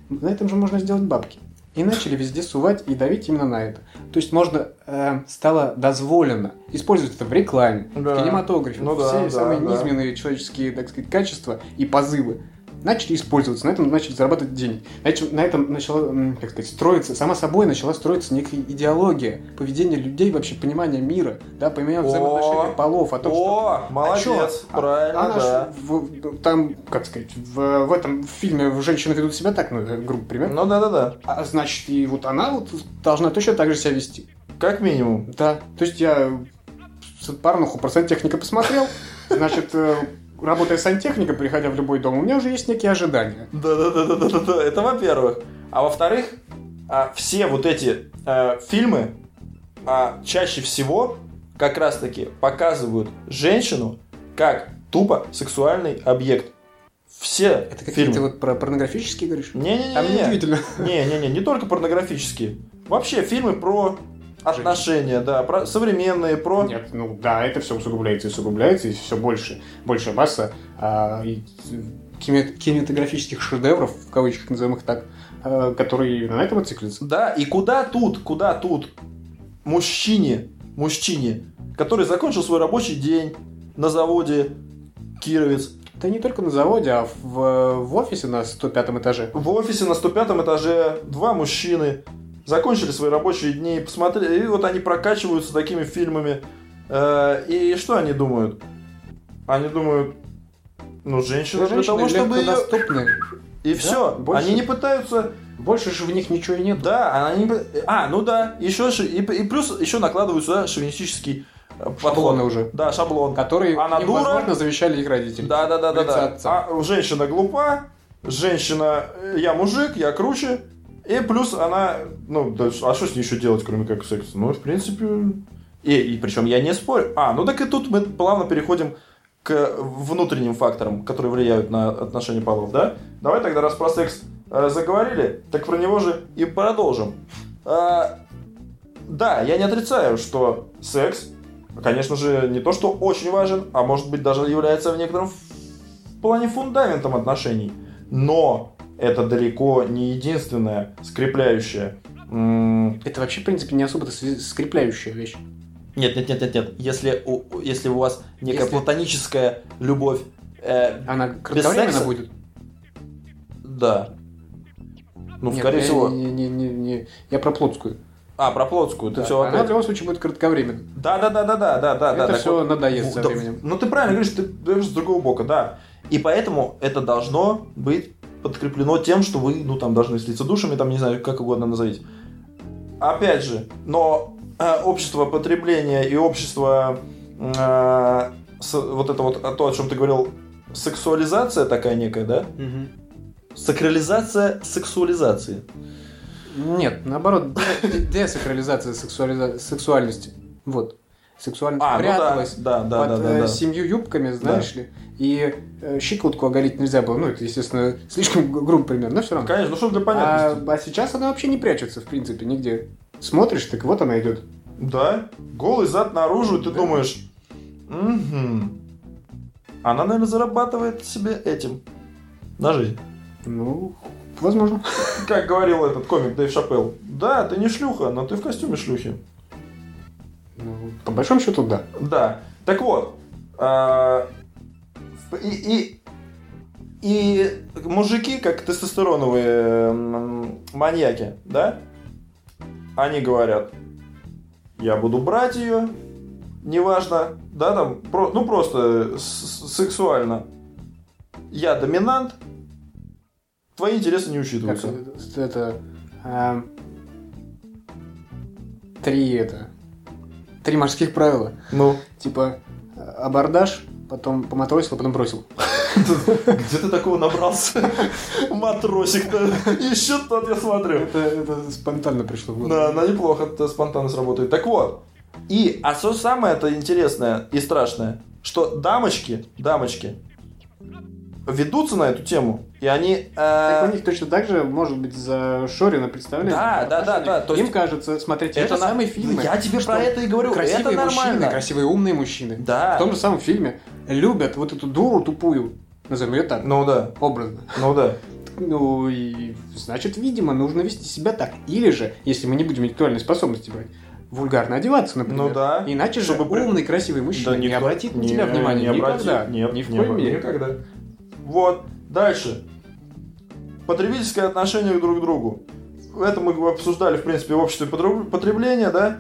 Speaker 2: на этом же можно сделать бабки. И начали везде сувать и давить именно на это. То есть можно э, стало дозволено использовать это в рекламе,
Speaker 1: Да.
Speaker 2: в кинематографе,
Speaker 1: Ну да,
Speaker 2: все
Speaker 1: да,
Speaker 2: самые
Speaker 1: да.
Speaker 2: низменные человеческие, так сказать, качества и позывы начали использоваться, на этом начали зарабатывать деньги. Нач- на этом начала, м, как сказать, строиться, сама собой начала строиться некая идеология, поведение людей, вообще понимание мира, да, понимание
Speaker 1: О.
Speaker 2: взаимоотношений полов, о том, что
Speaker 1: о, молодец,
Speaker 2: чё? А-
Speaker 1: правильно,
Speaker 2: она ж
Speaker 1: да.
Speaker 2: в- там, как сказать, в, в этом фильме женщины ведут себя так, ну, это грубо пример.
Speaker 1: Ну да, да, да.
Speaker 2: А значит, и вот она вот должна точно так же себя вести.
Speaker 1: Как минимум.
Speaker 2: Да. То есть я с- порнуху про сантехника посмотрел, значит, э, работая сантехника, приходя в любой дом, у меня уже есть некие ожидания.
Speaker 1: Да, да, да, да, да, да. Это во-первых. А во-вторых, а, все вот эти э, фильмы а, чаще всего как раз-таки показывают женщину как тупо сексуальный объект. Все
Speaker 2: Это
Speaker 1: фильмы.
Speaker 2: какие-то вот про порнографические говоришь?
Speaker 1: Не-не-не.
Speaker 2: Там неудивительно.
Speaker 1: Не-не-не, не только порнографические. Вообще фильмы про отношения, да, про современные, про...
Speaker 2: Нет, ну да, это все усугубляется и усугубляется, и все больше, больше масса а, и, э, кине- кинематографических шедевров, в кавычках назовем их так, а, которые на этом и циклятся.
Speaker 1: Да, и куда тут, куда тут мужчине, мужчине, который закончил свой рабочий день на заводе, Кировец.
Speaker 2: Да не только на заводе, а в, в офисе на 105 этаже.
Speaker 1: В офисе на 105 этаже два мужчины закончили свои рабочие дни, посмотрели, и вот они прокачиваются такими фильмами. Э, И что они думают? Они думают, ну, женщина для того, чтобы... её-
Speaker 2: доступны.
Speaker 1: И
Speaker 2: Да,
Speaker 1: все.
Speaker 2: больше-
Speaker 1: Они не пытаются
Speaker 2: Больше же в них ничего и нет.
Speaker 1: Да, она не... А, ну да, еще ши- и, и плюс еще накладывают сюда шовинистический э, подход.
Speaker 2: Шаблоны уже.
Speaker 1: Да, шаблон.
Speaker 2: Которые
Speaker 1: Она
Speaker 2: им,
Speaker 1: дура.
Speaker 2: возможно, завещали их родители.
Speaker 1: Да, да, да, да,
Speaker 2: Лица
Speaker 1: да.
Speaker 2: отца.
Speaker 1: А, женщина глупа, женщина, э, я мужик, я круче. И плюс она, ну, да, ш- а что с ней еще делать, кроме как секс? Ну, в принципе, и, и причем я не спорю. А, ну так и тут мы плавно переходим к внутренним факторам, которые влияют на отношения полов, да? Давай тогда, раз про секс э, заговорили, так про него же и продолжим. А, да, я не отрицаю, что секс, конечно же, не то, что очень важен, а может быть даже является в некотором в плане фундаментом отношений. Но это далеко не единственное скрепляющее. М,
Speaker 2: Это вообще, в принципе, не особо-то сви- скрепляющая вещь.
Speaker 1: Нет, нет, нет, нет, нет. Если у, у- если у вас некая
Speaker 2: Если-
Speaker 1: платоническая любовь, э,
Speaker 2: Она кратковременно
Speaker 1: секса?
Speaker 2: будет.
Speaker 1: да. Ну,
Speaker 2: Нет,
Speaker 1: скорее
Speaker 2: я,
Speaker 1: всего.
Speaker 2: Не, не- не- не- я про плотскую.
Speaker 1: А, про плотскую, ты
Speaker 2: Да,
Speaker 1: все
Speaker 2: Она в
Speaker 1: опять.
Speaker 2: любом случае будет кратковременно.
Speaker 1: Да, да, да, да, да, да, да, да.
Speaker 2: Это
Speaker 1: так
Speaker 2: все надоест
Speaker 1: Вот,
Speaker 2: со
Speaker 1: да,
Speaker 2: временем.
Speaker 1: Ну ты правильно говоришь, ты говоришь с другого бока, да. И поэтому это должно быть подкреплено тем, что вы, ну там, должны слиться душами, там, не знаю, как угодно назовите. Опять же, но э, общество потребления и общество э, с- вот это вот а, то, о чем ты говорил, сексуализация такая некая, да? Сакрализация сексуализации.
Speaker 2: Нет, наоборот, де- десакрализация сексуализа- сексуальности. Вот. Сексуальность
Speaker 1: А, ну да,
Speaker 2: пряталась
Speaker 1: да, да,
Speaker 2: под
Speaker 1: да, да,
Speaker 2: э,
Speaker 1: да.
Speaker 2: семью юбками, знаешь ли. И э, щиколотку оголить нельзя было. Ну, это, естественно, слишком гру- грубый пример, но все равно.
Speaker 1: Конечно, ну что для понятности.
Speaker 2: А, а сейчас она вообще не прячется, в принципе, нигде. Смотришь, так вот она идет.
Speaker 1: Да, голый зад наружу, и ты
Speaker 2: Да.
Speaker 1: думаешь, «Мгм. она, наверное, зарабатывает себе этим на жизнь.
Speaker 2: Ну, возможно.
Speaker 1: Как говорил этот комик Дэйв Шапелл, да, ты не шлюха, но ты в костюме шлюхи.
Speaker 2: Ну, по большому счету, да.
Speaker 1: Да, так вот, а, в- и, и- и мужики, как тестостероновые м, маньяки, да, они говорят, я буду брать ее, неважно, да, там, про- ну просто с- с- сексуально. Я доминант, твои интересы не
Speaker 2: Как
Speaker 1: учитываются.
Speaker 2: это... это, а, три это... Три морских правила.
Speaker 1: Ну,
Speaker 2: Типа э, абордаж, потом поматросил, а потом бросил.
Speaker 1: где ты такого набрался? Матросик-то, еще тот я смотрю.
Speaker 2: Это, это спонтанно пришло
Speaker 1: Да,
Speaker 2: в голову.
Speaker 1: она неплохо это спонтанно сработает. Так вот. И, а что самое это интересное и страшное, что дамочки, дамочки ведутся на эту тему, и они... э,
Speaker 2: Так у них точно так же может быть за Шорина, представляешь?
Speaker 1: Да, да, да, да, то
Speaker 2: Им
Speaker 1: есть-
Speaker 2: кажется, смотреть те же
Speaker 1: на-
Speaker 2: самые фильмы.
Speaker 1: Я тебе
Speaker 2: что
Speaker 1: про это и говорю.
Speaker 2: Красивые
Speaker 1: это
Speaker 2: мужчины,
Speaker 1: нормально.
Speaker 2: красивые умные мужчины.
Speaker 1: Да.
Speaker 2: В том же самом фильме любят вот эту дуру тупую, назовем ее так,
Speaker 1: Ну да,
Speaker 2: образно.
Speaker 1: ну да.
Speaker 2: Ну и значит, видимо, нужно вести себя так. Или же, если мы не будем интеллектуальные способности брать, вульгарно одеваться, например.
Speaker 1: Ну да.
Speaker 2: Иначе же
Speaker 1: Чтобы при-
Speaker 2: умный, красивый мужчина
Speaker 1: Да
Speaker 2: не
Speaker 1: никто-
Speaker 2: обратит на
Speaker 1: не-
Speaker 2: тебя внимания.
Speaker 1: Не обратит.
Speaker 2: Никогда.
Speaker 1: Нет,
Speaker 2: ни в
Speaker 1: не
Speaker 2: коем
Speaker 1: обра-
Speaker 2: мере.
Speaker 1: Никогда. Вот. Дальше. Потребительское отношение друг к другу. Это мы обсуждали, в принципе, в обществе потру- потребления, да?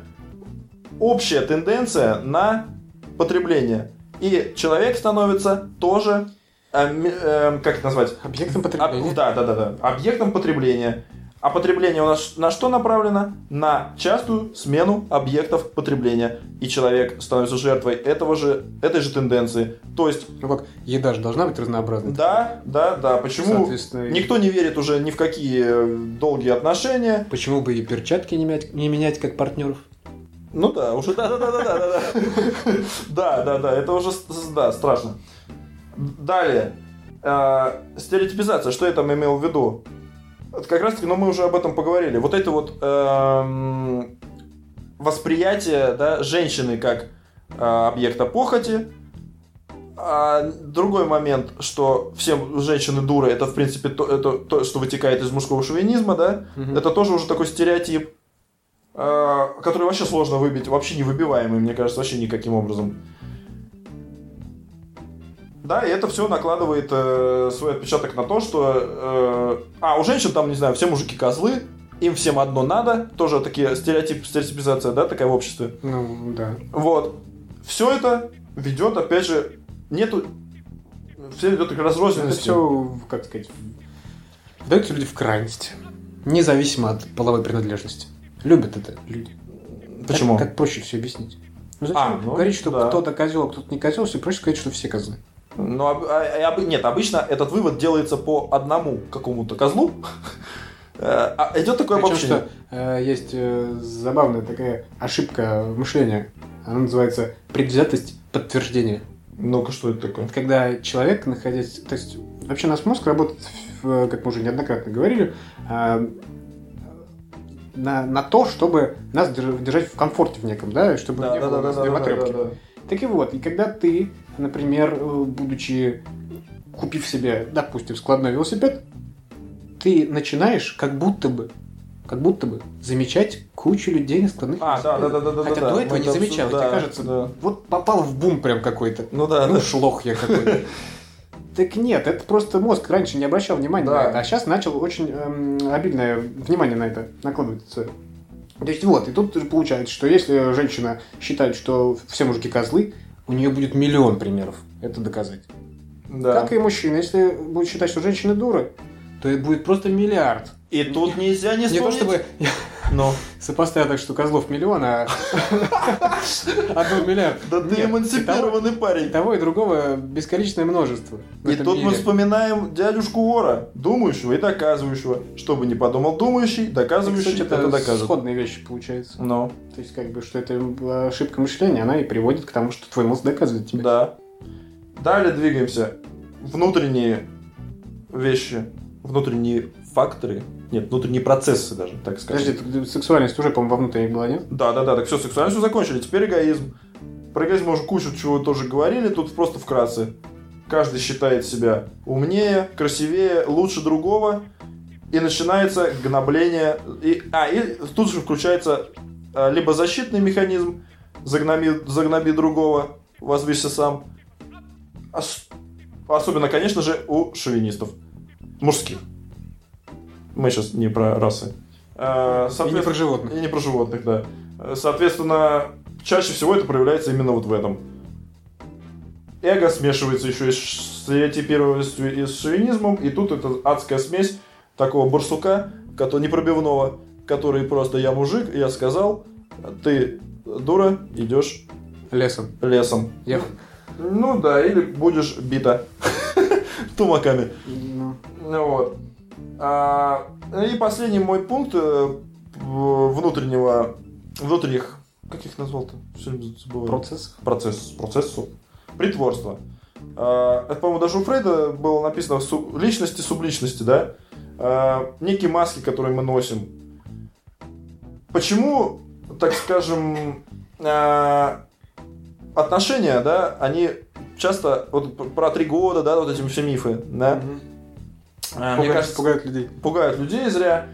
Speaker 1: Общая тенденция на потребление. И человек становится тоже, э, ми- э, как это назвать?
Speaker 2: Объектом
Speaker 1: А,
Speaker 2: потребления.
Speaker 1: да, да, да, да. Объектом потребления. А потребление у нас на что направлено? На частую смену объектов потребления. И человек становится жертвой этого же, этой же тенденции. То есть,
Speaker 2: Ну как, еда же должна быть разнообразной.
Speaker 1: да, да, да, почему
Speaker 2: Соответственно, и-
Speaker 1: никто не верит уже ни в какие э, долгие отношения.
Speaker 2: Почему бы и перчатки не менять, не менять как партнеров?
Speaker 1: Ну да, уже да, да, да, да, да, да, да. Да, да, да, это уже с- с- да, страшно. Далее. Э, Стереотипизация, что я там имел в виду? Это как раз таки, ну мы уже об этом поговорили. Вот это вот эм, восприятие да, женщины как э, объекта похоти. А другой момент, что все женщины дуры, это в принципе то, это то, что вытекает из мужского шовинизма, да?
Speaker 2: Мгм.
Speaker 1: Это тоже уже такой стереотип, э, который вообще сложно выбить, вообще невыбиваемый, мне кажется, вообще никаким образом. Да, и это все накладывает э, свой отпечаток на то, что... э, а, у женщин там, не знаю, все мужики козлы, им всем одно надо, тоже такие стереотип, стереотипизация, да, такая в обществе.
Speaker 2: Ну, да.
Speaker 1: Вот. Все это ведет, опять же, нету... Все ведет к
Speaker 2: Это
Speaker 1: разрозненности.
Speaker 2: все, как сказать, даются люди в крайность. Независимо от половой принадлежности. Любят это люди.
Speaker 1: Почему?
Speaker 2: Как, как проще все объяснить. Ну, зачем
Speaker 1: А, ну,
Speaker 2: говорить, что
Speaker 1: да.
Speaker 2: кто-то козел, а кто-то не козел, все проще сказать, что все козлы.
Speaker 1: Ну, об- а- а- об- нет, обычно этот вывод делается по одному какому-то козлу. Э, а Идет такое
Speaker 2: Причем,
Speaker 1: обобщение.
Speaker 2: что э, есть э, забавная такая ошибка мышления. Она называется предвзятость подтверждения.
Speaker 1: Ну-ка, что это такое?
Speaker 2: Это когда человек, находясь... То есть, вообще наш мозг работает, в- как мы уже неоднократно говорили, э, на, на то, чтобы нас дер- держать в комфорте в неком, да,
Speaker 1: Ну,
Speaker 2: и чтобы не было у нас нервотрепки. Так и вот, и когда ты, например, э, будучи, купив себе, допустим, складной велосипед, ты начинаешь как будто бы, как будто бы замечать кучу людей на складных
Speaker 1: А, да, да, да, да, да.
Speaker 2: Хотя
Speaker 1: да,
Speaker 2: до
Speaker 1: да.
Speaker 2: этого
Speaker 1: Мы
Speaker 2: не
Speaker 1: это
Speaker 2: замечал,
Speaker 1: обсуждали,
Speaker 2: тебе кажется,
Speaker 1: да.
Speaker 2: вот попал в бум прям какой-то.
Speaker 1: Ну да,
Speaker 2: Ну,
Speaker 1: да.
Speaker 2: шлох я какой-то. Так нет, это просто мозг раньше не обращал внимания
Speaker 1: Да.
Speaker 2: на это, а сейчас начал очень эм, обильное внимание на это накладываться. То есть вот, и тут же получается, что если женщина считает, что все мужики козлы, у нее будет миллион примеров это доказать.
Speaker 1: Да.
Speaker 2: Как и мужчина, если будет считать, что женщины дуры, то и будет просто миллиард.
Speaker 1: И тут нельзя не
Speaker 2: Не то
Speaker 1: вспомнить.
Speaker 2: чтобы я
Speaker 1: Ну,
Speaker 2: сопоставил так, что козлов миллион, а одну миллиард.
Speaker 1: да ты
Speaker 2: Нет,
Speaker 1: эмансипированный
Speaker 2: И
Speaker 1: парень.
Speaker 2: того, и другого бесконечное множество. в
Speaker 1: И
Speaker 2: этом
Speaker 1: тут мы
Speaker 2: мире.
Speaker 1: вспоминаем дядюшку Вора, думающего и доказывающего. Что бы ни подумал думающий, доказывающий,
Speaker 2: Кстати,
Speaker 1: это докажет.
Speaker 2: сходные вещи получается.
Speaker 1: Ну,
Speaker 2: То есть, как бы, что это была ошибка мышления, она и приводит к тому, что твой мозг доказывает тебе.
Speaker 1: да. Далее двигаемся. Внутренние вещи, внутренние факторы, нет, внутренние процессы даже, так
Speaker 2: Подожди,
Speaker 1: скажем.
Speaker 2: тут э, сексуальность уже, по-моему, во внутренних была, нет?
Speaker 1: Да-да-да, так все, сексуальностью закончили, теперь эгоизм. Про эгоизм мы уже кучу чего тоже говорили, тут просто вкратце. Каждый считает себя умнее, красивее, лучше другого, и начинается гнобление. И, а, и тут же включается а, либо защитный механизм, загноби, загноби другого, возвысься сам. Ос- особенно, конечно же, у шовинистов. Мужских. Мы сейчас не про расы. А,
Speaker 2: И не
Speaker 1: соответственно-
Speaker 2: про животных.
Speaker 1: и не про животных, да. Э, Соответственно, чаще всего это проявляется именно вот в этом. Эго смешивается еще и с стереотипированностью, и с шовинизмом, и тут это адская смесь такого барсука, кото- непробивного, который просто «я мужик, я сказал, ты дура, идешь
Speaker 2: Лесом.
Speaker 1: лесом».
Speaker 2: Я...
Speaker 1: Ну да, или будешь бита тумаками.
Speaker 2: Ну,
Speaker 1: Ну Вот. А, и последний мой пункт э, в- внутреннего, внутренних, как их назвал-то? Все время забываю.
Speaker 2: процесс.
Speaker 1: Процесс. Процессу. Притворство. А, это, по-моему, даже у Фрейда было написано су- личности, субличности, да? А, некие маски, которые мы носим. Почему, так скажем, а, отношения, да, они часто, вот про три года, да, вот эти все мифы, да,
Speaker 2: Мгм.
Speaker 1: а, мне
Speaker 2: Пугают-
Speaker 1: кажется,
Speaker 2: пугают людей.
Speaker 1: пугают людей зря.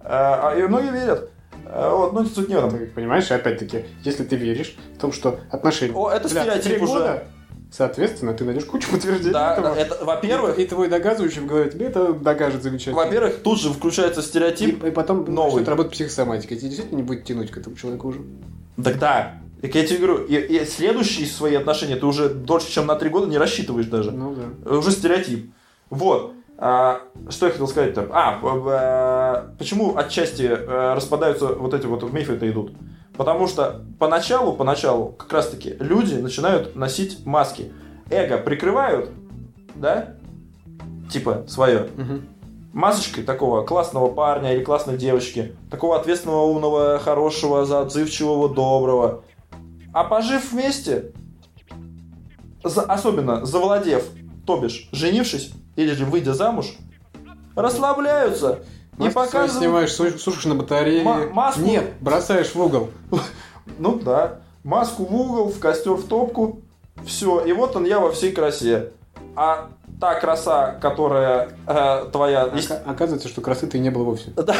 Speaker 1: А, а- и многие верят. А, вот, ну, тут не в этом.
Speaker 2: Ты понимаешь, опять-таки, если ты веришь в том, что отношения...
Speaker 1: О, это
Speaker 2: длятся три
Speaker 1: стереотип уже.
Speaker 2: года, Соответственно, ты найдешь кучу подтверждений
Speaker 1: Да,
Speaker 2: этого.
Speaker 1: да, это, во-первых,
Speaker 2: И, и твой доказывающий в голове тебе это докажет замечательно.
Speaker 1: во-первых, тут же включается
Speaker 2: и,
Speaker 1: стереотип.
Speaker 2: и потом
Speaker 1: новый.
Speaker 2: начнет работать психосоматика. и Тебе действительно не будет тянуть к этому человеку уже.
Speaker 1: Так да. Так я тебе говорю, и, и следующие свои отношения ты уже дольше, чем на три года не рассчитываешь даже.
Speaker 2: Ну да.
Speaker 1: э, Уже стереотип. Вот. А, что я хотел сказать-то? А, б- б- почему отчасти э, распадаются вот эти вот мифы-то идут? Потому что поначалу, поначалу, как раз-таки, люди начинают носить маски. Эго прикрывают, да? Типа свое. Масочкой такого классного парня или классной девочки, такого ответственного, умного, хорошего, за- отзывчивого, доброго. А пожив вместе, за- особенно завладев, то бишь женившись или же выйдя замуж, расслабляются и
Speaker 2: Маску свою
Speaker 1: показывают...
Speaker 2: снимаешь, су- сушишь на батарее.
Speaker 1: Ма- маску?
Speaker 2: Нет, бросаешь в угол.
Speaker 1: Ну да, маску в угол, в костер, в топку, все, и вот он я во всей красе. А та краса, которая э, твоя...
Speaker 2: Ока- Оказывается, что красоты и не было вовсе.
Speaker 1: Да, да,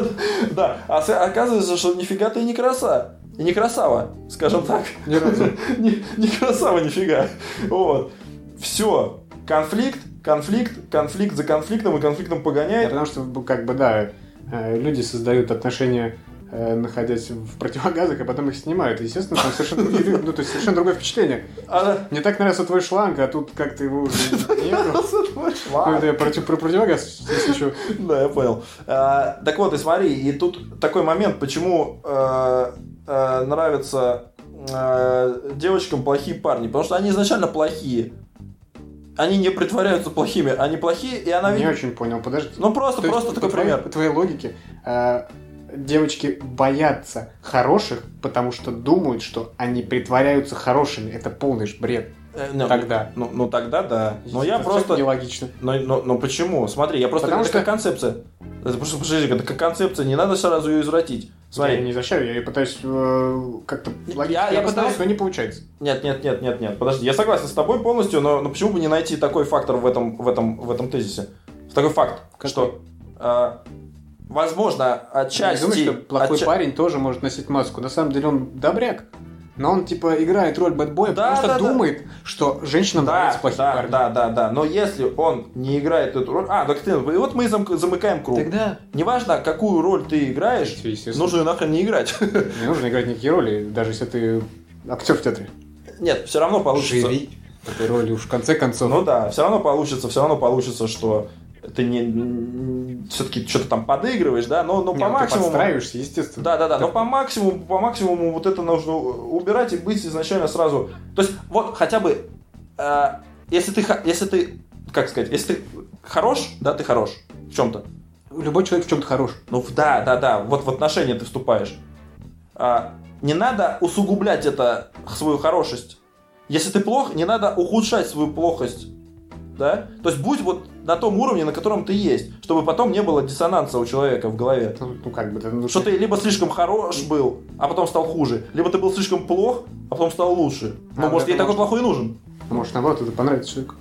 Speaker 1: да, да. А с- оказывается, что нифига ты не краса. И не красава, скажем так.
Speaker 2: Ни разу.
Speaker 1: Не, не красава нифига. Вот. Все. Конфликт, конфликт, конфликт за конфликтом и конфликтом погоняет.
Speaker 2: Потому что, б- как бы, да, э, люди создают отношения э, находясь в противогазах, а потом их снимают. Естественно, там совершенно, другие люди, ну, то есть совершенно другое впечатление.
Speaker 1: А-
Speaker 2: Мне так нравился твой шланг, а тут как-то его уже нету. Ну,
Speaker 1: Ладно.
Speaker 2: это я про, про противогаз здесь еще.
Speaker 1: Да, я понял. А, Так вот, и смотри, и тут такой момент, почему э, э, нравятся э, девочкам плохие парни. Потому что они изначально плохие. Они не притворяются плохими, они плохие, и она
Speaker 2: Не
Speaker 1: видит...
Speaker 2: очень понял, подожди.
Speaker 1: Ну просто,
Speaker 2: То есть,
Speaker 1: просто
Speaker 2: по
Speaker 1: такой
Speaker 2: твоей-
Speaker 1: пример.
Speaker 2: По твоей логике, э, девочки боятся хороших, потому что думают, что они притворяются хорошими. Это полный ж бред.
Speaker 1: Э, ну,
Speaker 2: Тогда.
Speaker 1: Ну, ну тогда да. Но я
Speaker 2: Это
Speaker 1: просто...
Speaker 2: нелогично.
Speaker 1: Но, но- но почему? Смотри, я просто...
Speaker 2: Потому
Speaker 1: это
Speaker 2: что-
Speaker 1: как концепция. Это просто, подожди, это как концепция, не надо сразу ее извратить. Смотри,
Speaker 2: Я не защищаю, я её пытаюсь э, как-то
Speaker 1: Я-
Speaker 2: логически
Speaker 1: я
Speaker 2: обосновать,
Speaker 1: пытаюсь-
Speaker 2: но не получается.
Speaker 1: Нет, нет, нет, нет, нет. Подожди, я согласен с тобой полностью, но, но почему бы не найти такой фактор в этом, в этом, в этом тезисе? Такой факт,
Speaker 2: Какой?
Speaker 1: что а, возможно отчасти,
Speaker 2: Я думаю, что плохой
Speaker 1: отча-
Speaker 2: парень тоже может носить маску. На самом деле он добряк. Но он типа играет роль бэтбоя,
Speaker 1: Да,
Speaker 2: потому что
Speaker 1: да, да.
Speaker 2: думает, что женщинам
Speaker 1: да,
Speaker 2: нравятся плохие
Speaker 1: да,
Speaker 2: парни.
Speaker 1: да, да, да. Но если он не играет эту роль, а, так ты, и вот мы и замк- замыкаем круг.
Speaker 2: Тогда
Speaker 1: Неважно, какую роль ты играешь,
Speaker 2: Естественно.
Speaker 1: нужно ее нахрен не играть.
Speaker 2: не нужно играть никакие роли, даже если ты актер в театре.
Speaker 1: Нет, все равно получится.
Speaker 2: Живи в этой роли уж в конце концов.
Speaker 1: Ну да, все равно получится, все равно получится, что ты не все-таки что-то там подыгрываешь, да, но, но
Speaker 2: Не,
Speaker 1: по
Speaker 2: ну, ты
Speaker 1: максимуму.
Speaker 2: подстраиваешься, естественно.
Speaker 1: Да, да, да.
Speaker 2: Так.
Speaker 1: Но по максимуму, по максимуму вот это нужно убирать и быть изначально сразу. То есть, вот хотя бы, э, если ты, ха- если ты, как сказать, если ты хорош, да, ты хорош в чем-то.
Speaker 2: Любой человек в чем-то хорош.
Speaker 1: Ну в- да, да, да. Вот в отношения ты вступаешь. А, не надо усугублять это свою хорошесть. Если ты плох, не надо ухудшать свою плохость. Да? То есть будь вот на том уровне, на котором ты есть, чтобы потом не было диссонанса у человека в голове.
Speaker 2: Ну, ну, как бы, да, ну,
Speaker 1: Что ты либо слишком хорош был, а потом стал хуже, либо ты был слишком плох, а потом стал лучше. Ну,
Speaker 2: А,
Speaker 1: может,
Speaker 2: да,
Speaker 1: ей такой
Speaker 2: может.
Speaker 1: плохой и нужен.
Speaker 2: Может, наоборот, это понравится человеку.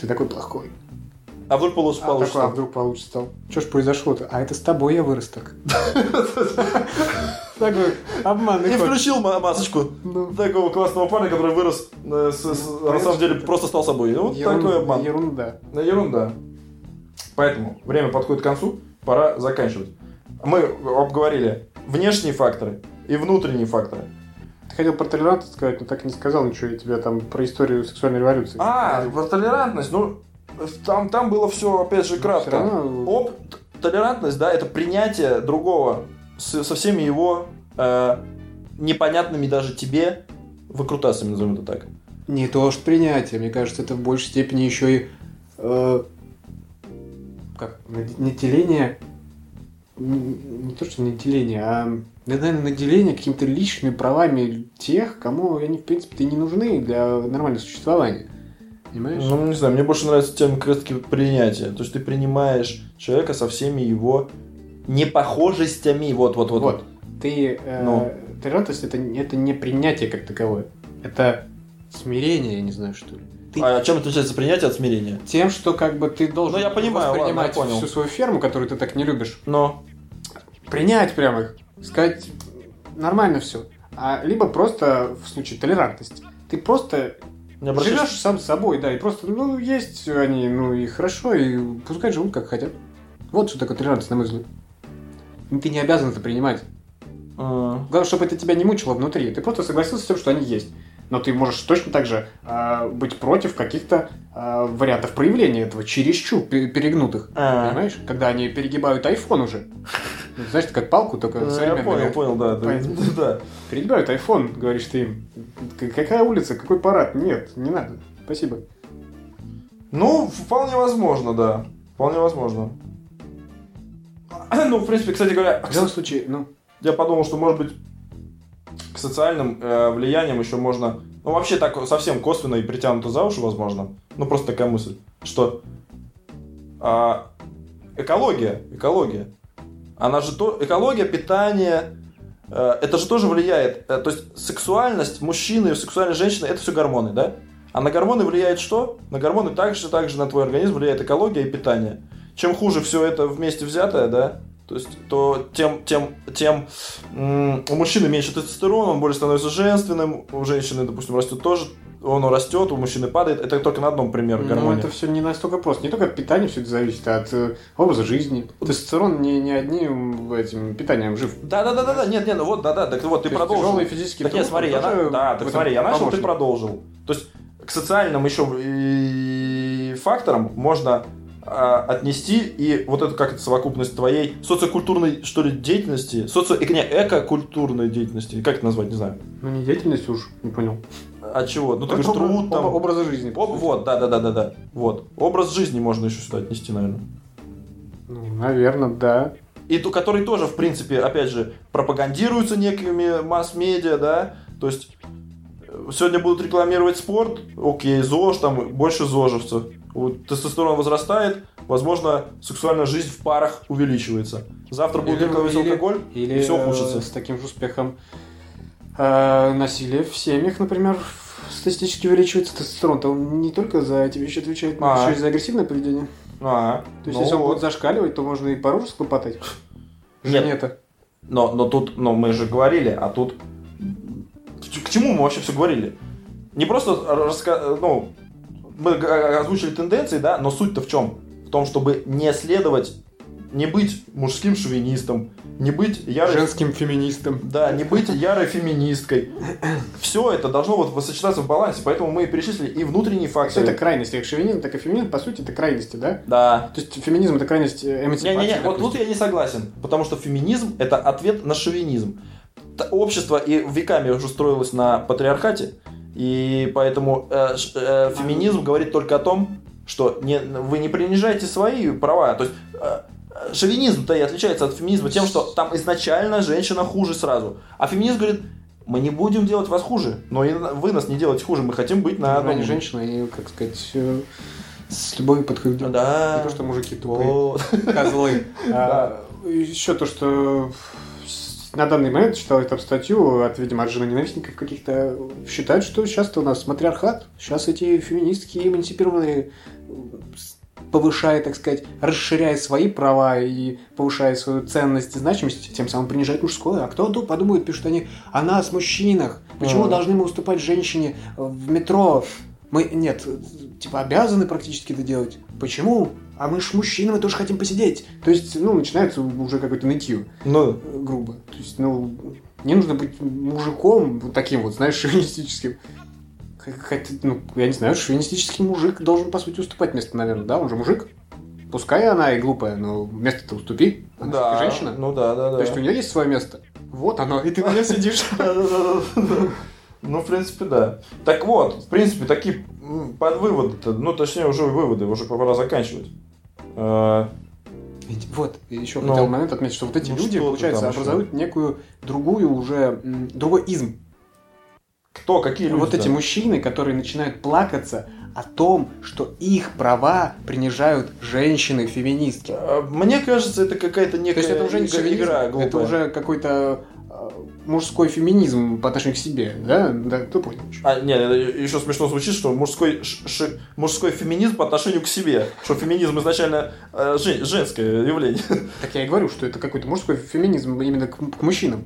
Speaker 2: Ты такой плохой.
Speaker 1: А вдруг получ-
Speaker 2: А, такой, а
Speaker 1: получится.
Speaker 2: вдруг получше стал. Что ж произошло-то? А это с тобой я вырос так. Такой
Speaker 1: И
Speaker 2: обманный ход.
Speaker 1: включил ма- масочку
Speaker 2: Ну,
Speaker 1: такого классного парня, который вырос, э, с- с- на
Speaker 2: конечно,
Speaker 1: самом деле,
Speaker 2: это-
Speaker 1: просто стал собой. Ну, вот
Speaker 2: ерун-
Speaker 1: такой обман.
Speaker 2: Ерунда.
Speaker 1: Да, Ну, ерунда. Поэтому время подходит к концу, пора заканчивать. Мы обговорили внешние факторы и внутренние факторы.
Speaker 2: Ты хотел про толерантность сказать, но так и не сказал ничего. Я тебе там про историю сексуальной революции.
Speaker 1: А, про толерантность, ну, там, там было все, опять же,
Speaker 2: Ну,
Speaker 1: кратко.
Speaker 2: всё равно-
Speaker 1: Оп, т- толерантность, да, это принятие другого с- со всеми его э, непонятными даже тебе выкрутасами, назовем это так.
Speaker 2: Не то что принятие, мне кажется, это в большей степени еще и э, как над- наделение м, не то что наделение, а да, наверное, наделение какими-то личными правами тех, кому они в принципе-то и не нужны для нормального существования. Понимаешь?
Speaker 1: Ну, не знаю, мне больше нравится тема как раз таки принятия. То есть ты принимаешь человека со всеми его непохожестями. Вот, вот, вот.
Speaker 2: вот. Ты э,
Speaker 1: Ну.
Speaker 2: толерантность это, не- это не принятие как таковое. Это смирение, я не знаю, что ли. Ты-
Speaker 1: А чем отличается принятие от смирения?
Speaker 2: Тем, что как бы ты должен
Speaker 1: Ну, я понимаю, ладно, я
Speaker 2: воспринимать
Speaker 1: понял.
Speaker 2: всю свою ферму, которую ты так не любишь.
Speaker 1: Но.
Speaker 2: принять прям их, сказать нормально все. А либо просто в случае толерантности. Ты просто
Speaker 1: Не обращаешь-
Speaker 2: живешь сам с собой, да, и просто, ну, есть они, ну, и хорошо, и пускай живут как хотят. Вот что такое толерантность, на мой взгляд. И Ты не обязан это принимать.
Speaker 1: М.
Speaker 2: Главное, чтобы это тебя не мучило внутри. Ты просто согласился с тем, что они есть. Но ты можешь точно так же а, быть против каких-то а, вариантов проявления этого, чересчур пе- перегнутых.
Speaker 1: А.
Speaker 2: Понимаешь? Когда они перегибают iPhone уже. Ну, Знаешь, это как палку, только
Speaker 1: Ну, Я
Speaker 2: современную.
Speaker 1: понял, понял, да. да,
Speaker 2: Поэтому-
Speaker 1: Да.
Speaker 2: Перегибают iPhone, говоришь ты им. К- Какая улица, какой парад? Нет, не надо. Спасибо.
Speaker 1: Ну, вполне возможно, да. Вполне возможно. Ну, в принципе, кстати говоря,
Speaker 2: В любом случае, ну,
Speaker 1: я подумал, что, может быть, к социальным э, влияниям еще можно... Ну, вообще так совсем косвенно и притянуто за уши, возможно. Ну, просто такая мысль, что а, экология, экология, она же то... Экология, питание, э, это же тоже влияет. Э, то есть сексуальность мужчины и сексуальной женщины, это все гормоны, да? А на гормоны влияет что? На гормоны также, также на твой организм влияет экология и питание. Чем хуже все это вместе взятое, да, то есть, то тем, тем, тем м, у мужчины меньше тестостерона, он более становится женственным, у женщины, допустим, растет тоже он растет, у мужчины падает. Это только на одном примере
Speaker 2: Ну,
Speaker 1: гармонии.
Speaker 2: это все не настолько просто. Не только от питания все это зависит, а от э, образа жизни. Тестостерон не, не одним этим питанием жив.
Speaker 1: Да, да, да, да, да, нет, нет, ну вот, да, да, так вот, ты продолжил.
Speaker 2: Тяжелые физические
Speaker 1: Так нет,
Speaker 2: труды
Speaker 1: смотри, я,
Speaker 2: тоже
Speaker 1: на- да,
Speaker 2: в
Speaker 1: так
Speaker 2: этом
Speaker 1: смотри, я начал, ты
Speaker 2: помощник.
Speaker 1: продолжил. То есть к социальным еще и факторам можно а, отнести и вот эту как это совокупность твоей социокультурной что ли деятельности, социо э, не, экокультурной деятельности, как это назвать, не знаю.
Speaker 2: Ну, не деятельность уж, не понял.
Speaker 1: От чего? Ну ты
Speaker 2: Это
Speaker 1: говоришь,
Speaker 2: обра-
Speaker 1: труд там.
Speaker 2: об- образа жизни.
Speaker 1: Об- вот, да, да, да, да, да. Вот. Образ жизни можно еще сюда отнести, наверное.
Speaker 2: Наверное, Ну, да.
Speaker 1: и то, который тоже, в принципе, опять же, пропагандируется некими масс-медиа, да, то есть э, сегодня будут рекламировать спорт, окей, ЗОЖ, там больше ЗОЖевцев, Вот тестостерон возрастает, возможно, сексуальная жизнь в парах увеличивается. Завтра будут
Speaker 2: Или-
Speaker 1: рекламировать
Speaker 2: или-
Speaker 1: алкоголь,
Speaker 2: Или
Speaker 1: всё
Speaker 2: э,
Speaker 1: ухудшится.
Speaker 2: с таким же успехом э, насилие в семьях, например, в- статистически увеличивается тестостерон. То он не только за эти вещи отвечает, но
Speaker 1: А.
Speaker 2: еще и за агрессивное поведение.
Speaker 1: а,
Speaker 2: То есть,
Speaker 1: ну
Speaker 2: если он
Speaker 1: вот.
Speaker 2: будет зашкаливать, то можно и пороже схлопотать.
Speaker 1: Нет.
Speaker 2: Жене-то.
Speaker 1: Но, но тут, но мы же говорили, а тут к чему мы вообще все говорили? Не просто раска... ну, мы г- а, озвучили тенденции, да, но суть-то в чем? В том, чтобы не следовать, не быть мужским шовинистом, не быть ярой...
Speaker 2: Женским феминистом.
Speaker 1: Да, не быть ярой феминисткой. Все это должно вот сочетаться в балансе, поэтому мы и перечислили и внутренние
Speaker 2: Все
Speaker 1: факторы.
Speaker 2: это крайности. Как шовинизм, так и феминизм, по сути, это крайности, да?
Speaker 1: Да.
Speaker 2: То есть феминизм это крайность э, эмансипации.
Speaker 1: Не-не-не, вот
Speaker 2: допустим.
Speaker 1: тут я не согласен, потому что феминизм это ответ на шовинизм. Т- Общество и веками уже строилось на патриархате, и поэтому э, ш- э, феминизм говорит только о том, что не, вы не принижаете свои права. То есть э, э, шовинизм-то и отличается от феминизма тем, что там изначально женщина хуже сразу. А феминизм говорит, мы не будем делать вас хуже, но и на- вы нас не делаете хуже, мы хотим быть на
Speaker 2: Она
Speaker 1: одном...
Speaker 2: не женщина, и, как сказать, э, с любовью подходит.
Speaker 1: Да.
Speaker 2: Не то, что мужики тупые,
Speaker 1: Вот.
Speaker 2: козлы.
Speaker 1: Да.
Speaker 2: Еще А, то, что с- на данный момент читал я там статью от, видимо, от жены ненавистников каких-то, считают, что сейчас у нас матриархат, сейчас эти феминистки эмансипированные э, с- повышая, так сказать, расширяя свои права и повышая свою ценность и значимость, тем самым принижает мужское. А кто-то подумает, пишут они о нас, мужчинах. Почему
Speaker 1: Мгм.
Speaker 2: должны мы уступать женщине э, в метро? Мы, нет, э, типа, обязаны практически это делать. Почему? А мы ж мужчины, мы тоже хотим посидеть. То есть, ну, начинается уже какое-то нытье,
Speaker 1: Ну,
Speaker 2: э, грубо. То есть, ну, не нужно быть мужиком вот таким вот, знаешь, шовинистическим. Х- Хотя, ну, я не знаю, шовинистический мужик должен, по сути, уступать место, наверное, да? Он же мужик. Пускай она и глупая, но место-то уступи. Она
Speaker 1: да.
Speaker 2: всё-таки женщина.
Speaker 1: Ну да, да, да.
Speaker 2: То есть у нее есть свое место. Вот оно, и ты на нем сидишь.
Speaker 1: Да-да-да-да-да. Ну, в принципе, да. Так вот, в принципе, такие м, подвыводы-то, ну, точнее, уже выводы, уже пора заканчивать. Э,
Speaker 2: Ведь Вот, еще
Speaker 1: Ну,
Speaker 2: хотел момент отметить, что вот эти
Speaker 1: ну
Speaker 2: люди,
Speaker 1: что ты
Speaker 2: получается,
Speaker 1: там ещё?
Speaker 2: образуют некую другую уже, м, другой изм.
Speaker 1: Кто, какие люди?
Speaker 2: вот эти мужчины, которые начинают плакаться о том, что их права принижают женщины-феминистки.
Speaker 1: Э, Мне кажется, это какая-то
Speaker 2: То
Speaker 1: некая
Speaker 2: есть это уже не а
Speaker 1: игра,
Speaker 2: шовинизм,
Speaker 1: игра глупая.
Speaker 2: это уже какой-то э, мужской феминизм по отношению к себе, да? Да, ты понял.
Speaker 1: А, не, еще смешно звучит, что мужской, ш- ш- мужской феминизм по отношению к себе. Что феминизм изначально э, жен- женское явление.
Speaker 2: Так я и говорю, что это какой-то мужской феминизм именно к, к мужчинам,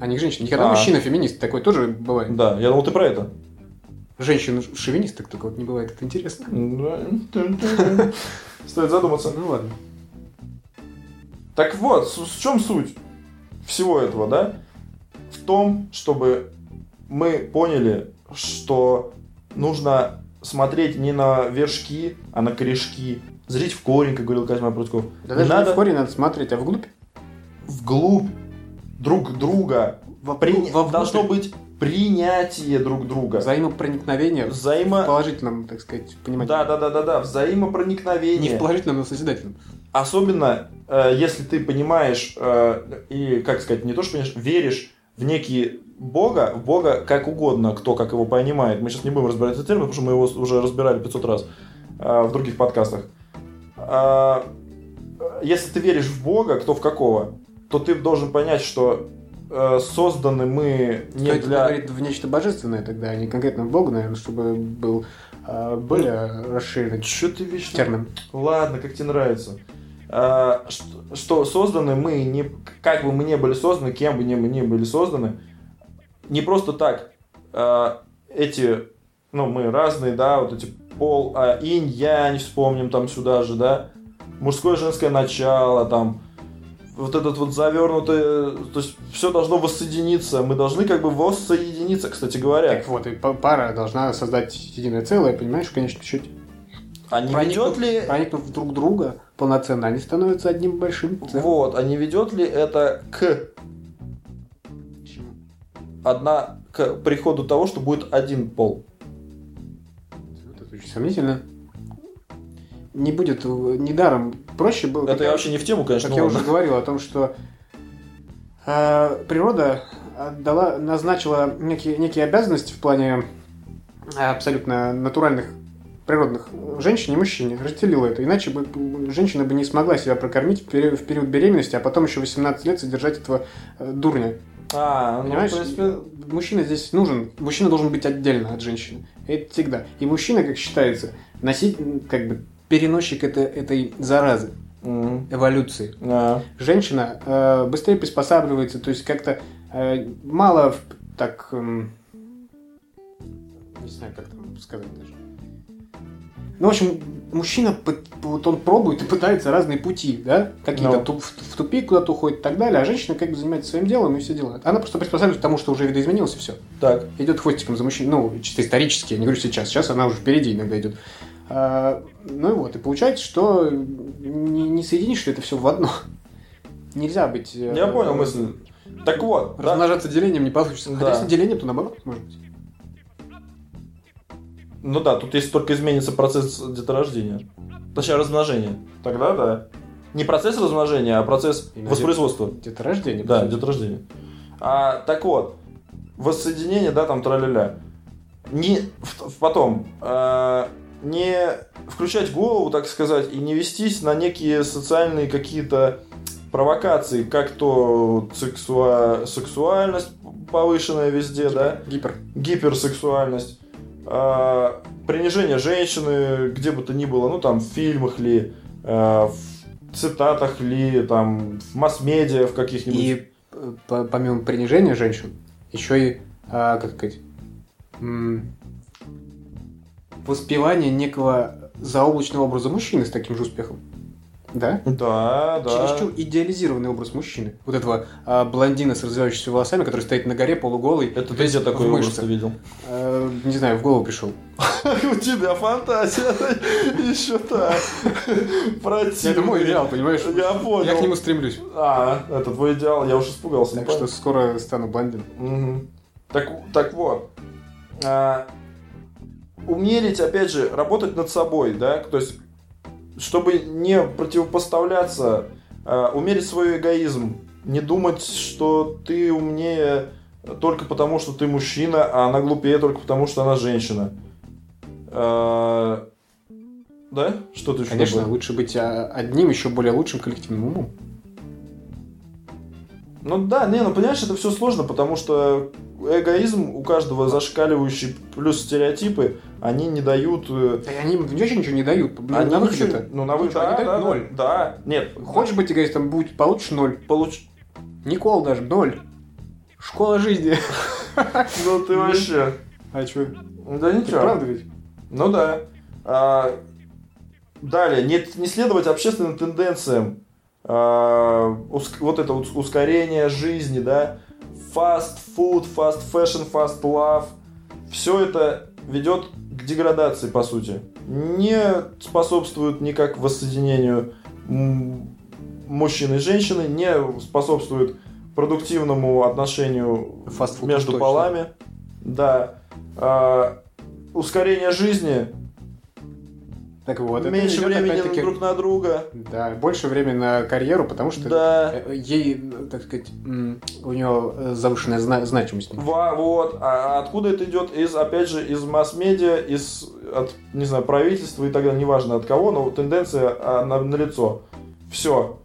Speaker 2: а не к женщинам. Никогда
Speaker 1: А.
Speaker 2: мужчина-феминист, такой тоже бывает.
Speaker 1: Да, я думал, ты про это.
Speaker 2: Женщин-шовинист, так только вот не бывает, это интересно.
Speaker 1: Да. Стоит задуматься.
Speaker 2: Ну ладно.
Speaker 1: Так вот, с- в чем суть всего этого, да? В том, чтобы мы поняли, что нужно смотреть не на вершки, а на корешки. Зрить в корень, как говорил Козьма Прудков.
Speaker 2: Да
Speaker 1: Не
Speaker 2: даже
Speaker 1: надо
Speaker 2: не в корень надо смотреть, а вглубь.
Speaker 1: вглубь друг друга.
Speaker 2: Во,
Speaker 1: При-
Speaker 2: Ну, во вглубь.
Speaker 1: Должно быть принятие друг друга.
Speaker 2: Взаимопроникновение в
Speaker 1: Взаимо...
Speaker 2: положительном, так сказать, понимании.
Speaker 1: Да, да, да, да, да,
Speaker 2: Не
Speaker 1: взаимопроникновение.
Speaker 2: в положительном, но в созидательном.
Speaker 1: Особенно, э, если ты понимаешь, э, и, как сказать, не то, что понимаешь, веришь в некие Бога, в Бога как угодно, кто как его понимает. Мы сейчас не будем разбирать этот термин, потому что мы его уже разбирали 500 раз э, в других подкастах. А, э, если ты веришь в Бога, кто в какого, то ты должен понять, что э, созданы мы не
Speaker 2: Стоит
Speaker 1: для...
Speaker 2: говорить в нечто божественное тогда, а не конкретно в Бога, наверное, чтобы был э, более расширенный
Speaker 1: Чё ты вечно...
Speaker 2: термин.
Speaker 1: Ладно, как тебе нравится. А, что, что созданы мы, не, как бы мы не были созданы, кем бы ни мы ни были созданы, не просто так а, эти ну, мы разные, да, вот эти пол, а, инь-янь вспомним там сюда же, да, мужское женское начало, там, вот этот вот завернутый, то есть все должно воссоединиться, мы должны как бы воссоединиться, кстати говоря.
Speaker 2: Так вот, и па- пара должна создать единое целое, понимаешь, в конечном счете.
Speaker 1: а не ведет ли...
Speaker 2: проникнув друг друга полноценно, они становятся одним большим целым.
Speaker 1: Вот, а не ведет ли это к... Одна... к приходу того, что будет один пол?
Speaker 2: Вот Это очень сомнительно. Не будет э, недаром. Проще было...
Speaker 1: Это
Speaker 2: как
Speaker 1: я вообще не в тему, конечно,
Speaker 2: Как я
Speaker 1: ну
Speaker 2: уже
Speaker 1: ладно.
Speaker 2: говорил о том, что э, природа отдала, назначила некие, некие обязанности в плане э, абсолютно натуральных природных женщин и мужчин, разделила это. Иначе бы м, женщина бы не смогла себя прокормить в пере- в период беременности, а потом еще 18 лет содержать этого э, дурня.
Speaker 1: А, ну, в
Speaker 2: Понимаешь, Э,
Speaker 1: принципе,
Speaker 2: мужчина здесь нужен. Мужчина должен быть отдельно от женщины. Это всегда. И мужчина, как считается, носить, м, как бы, переносчик это, этой заразы,
Speaker 1: м,
Speaker 2: эволюции
Speaker 1: да.
Speaker 2: женщина э, быстрее приспосабливается, то есть как-то э, мало в- так... эм, не знаю, как там сказать даже. Ну, в общем, мужчина, пы- вот он пробует и пытается разные пути, да, какие-то
Speaker 1: Ну.
Speaker 2: ту- в, в тупик куда-то уходит и так далее, а женщина как бы занимается своим делом и все дела. Она просто приспосабливается к тому, что уже видоизменилось и все
Speaker 1: Так,
Speaker 2: идет хвостиком за мужчиной. Ну, чисто исторически, я не говорю сейчас. Сейчас она уже впереди иногда идет. А, ну и вот, и получается, что не, не соединишь ты это все в одно. Нельзя быть... э,
Speaker 1: я понял мысль. Так вот, да,
Speaker 2: Размножаться делением не получится. Хотя
Speaker 1: Да.
Speaker 2: если делением, то наоборот, может быть.
Speaker 1: ну да, тут если только изменится процесс деторождения, точнее размножения, тогда да. Не процесс размножения, а процесс
Speaker 2: Именно
Speaker 1: воспроизводства.
Speaker 2: Где-то рождение.
Speaker 1: Да,
Speaker 2: потому что-
Speaker 1: деторождение. А, так вот, воссоединение, да, там траля-ля. Не, в- в- потом, э, не включать голову, так сказать, и не вестись на некие социальные какие-то провокации, как то сексуа- сексуальность повышенная везде, да,
Speaker 2: Типа, Гипер.
Speaker 1: гиперсексуальность, а, принижение женщины, где бы то ни было, ну там в фильмах ли, а, в цитатах ли, там в масс-медиа в каких-нибудь.
Speaker 2: И э, по- помимо принижения женщин, еще и, а, как сказать, м, воспевание некого заоблачного образа мужчины с таким же успехом. Да?
Speaker 1: Да, да.
Speaker 2: чересчур идеализированный образ мужчины. Вот этого а, блондина с развивающимися волосами, который стоит на горе полуголый.
Speaker 1: Это ты
Speaker 2: весь
Speaker 1: где
Speaker 2: в
Speaker 1: такой образ
Speaker 2: мышцах.
Speaker 1: видел?
Speaker 2: Э, не знаю, в голову пришел.
Speaker 1: У тебя фантазия еще так. Противный.
Speaker 2: Это мой идеал, понимаешь?
Speaker 1: Я
Speaker 2: Я к нему
Speaker 1: понял.
Speaker 2: стремлюсь.
Speaker 1: А, это твой идеал, я уже испугался.
Speaker 2: Так
Speaker 1: ну,
Speaker 2: что скоро стану блондином.
Speaker 1: Мгм. Так, так вот. А, умерить, опять же, работать над собой, да, то есть, чтобы не противопоставляться, а, умерить свой эгоизм, не думать, что ты умнее только потому, что ты мужчина, а она глупее только потому, что она женщина. А, да? Что ты ещё
Speaker 2: Конечно,
Speaker 1: добавил?
Speaker 2: лучше быть а, одним, еще более лучшим коллективным умом.
Speaker 1: Ну да, не, ну понимаешь, это все сложно, потому что эгоизм у каждого зашкаливающий, плюс стереотипы, они не дают... э,
Speaker 2: Да и они мне вообще ничего не дают. На,
Speaker 1: они
Speaker 2: на
Speaker 1: ничего-
Speaker 2: выходе-то.
Speaker 1: Ну, на
Speaker 2: Ну,
Speaker 1: выходе,
Speaker 2: что, они
Speaker 1: да,
Speaker 2: дают
Speaker 1: да,
Speaker 2: ноль.
Speaker 1: да, да. Нет,
Speaker 2: Хочешь быть эгоистом, будь, получишь ноль.
Speaker 1: получ...
Speaker 2: Никол даже, ноль. Школа жизни.
Speaker 1: Ну ты вообще...
Speaker 2: А что?
Speaker 1: Да ничего.
Speaker 2: Правда ведь?
Speaker 1: Ну да. А, далее, не, не следовать общественным тенденциям. А, уск- вот это вот ускорение жизни, да. Fast food, fast fashion, fast love. Все это ведет к деградации, по сути. Не способствует никак воссоединению м, мужчины и женщины, не способствует продуктивному отношению
Speaker 2: Фастфуд уж
Speaker 1: между
Speaker 2: точно.
Speaker 1: полами. Да. А, ускорение жизни,
Speaker 2: Так вот, это
Speaker 1: меньше
Speaker 2: идет
Speaker 1: времени
Speaker 2: опять-таки-
Speaker 1: друг на друга.
Speaker 2: Да, больше времени на карьеру, потому что
Speaker 1: Да.
Speaker 2: Э, Ей, э, так сказать, м, у нее э, завышенная зна- значимость.
Speaker 1: Ва, вот. А откуда это идет? Из, опять же, из масс-медиа, из, от, не знаю, правительства и так далее, неважно от кого, но тенденция а, на, лицо. Все.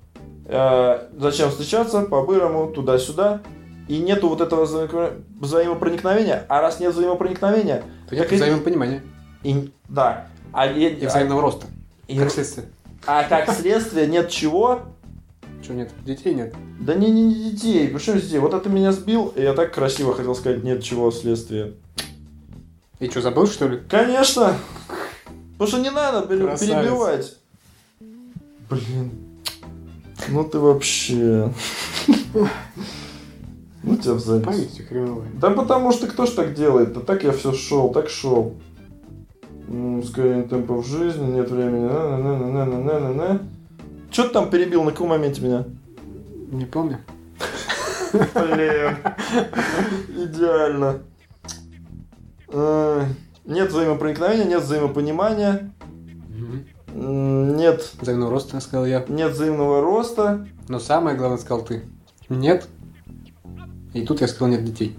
Speaker 1: зачем встречаться? По-бырому, туда-сюда. И нету вот этого вза- взаимопроникновения. А раз нет взаимопроникновения,
Speaker 2: То нет
Speaker 1: Так и-
Speaker 2: взаимопонимания
Speaker 1: и, да. А, е-
Speaker 2: и взаимного роста.
Speaker 1: и-
Speaker 2: Как следствие.
Speaker 1: а как следствие нет чего?
Speaker 2: Чего нет? Детей нет.
Speaker 1: Да не, не, не детей, почему детей? Вот это меня сбил, и я так красиво хотел сказать, нет чего следствия.
Speaker 2: И что, забыл, что ли?
Speaker 1: Конечно! Потому что не надо пере-
Speaker 2: Красавец.
Speaker 1: перебивать. Блин. Ну ты вообще... Ну тебя в задницу.
Speaker 2: Память хреновая.
Speaker 1: Да потому что кто ж так делает? Да так я все шел, так шел. М, Ускорение темпов жизни, нет времени. на на на на на на на Че ты там перебил? На каком моменте меня?
Speaker 2: Не помню.
Speaker 1: Блин. Идеально. Э, Нет взаимопроникновения, нет взаимопонимания, м, нет,
Speaker 2: Взаимного роста, сказал я.
Speaker 1: нет взаимного роста.
Speaker 2: Но самое главное, сказал ты. Нет. И тут я сказал, нет детей.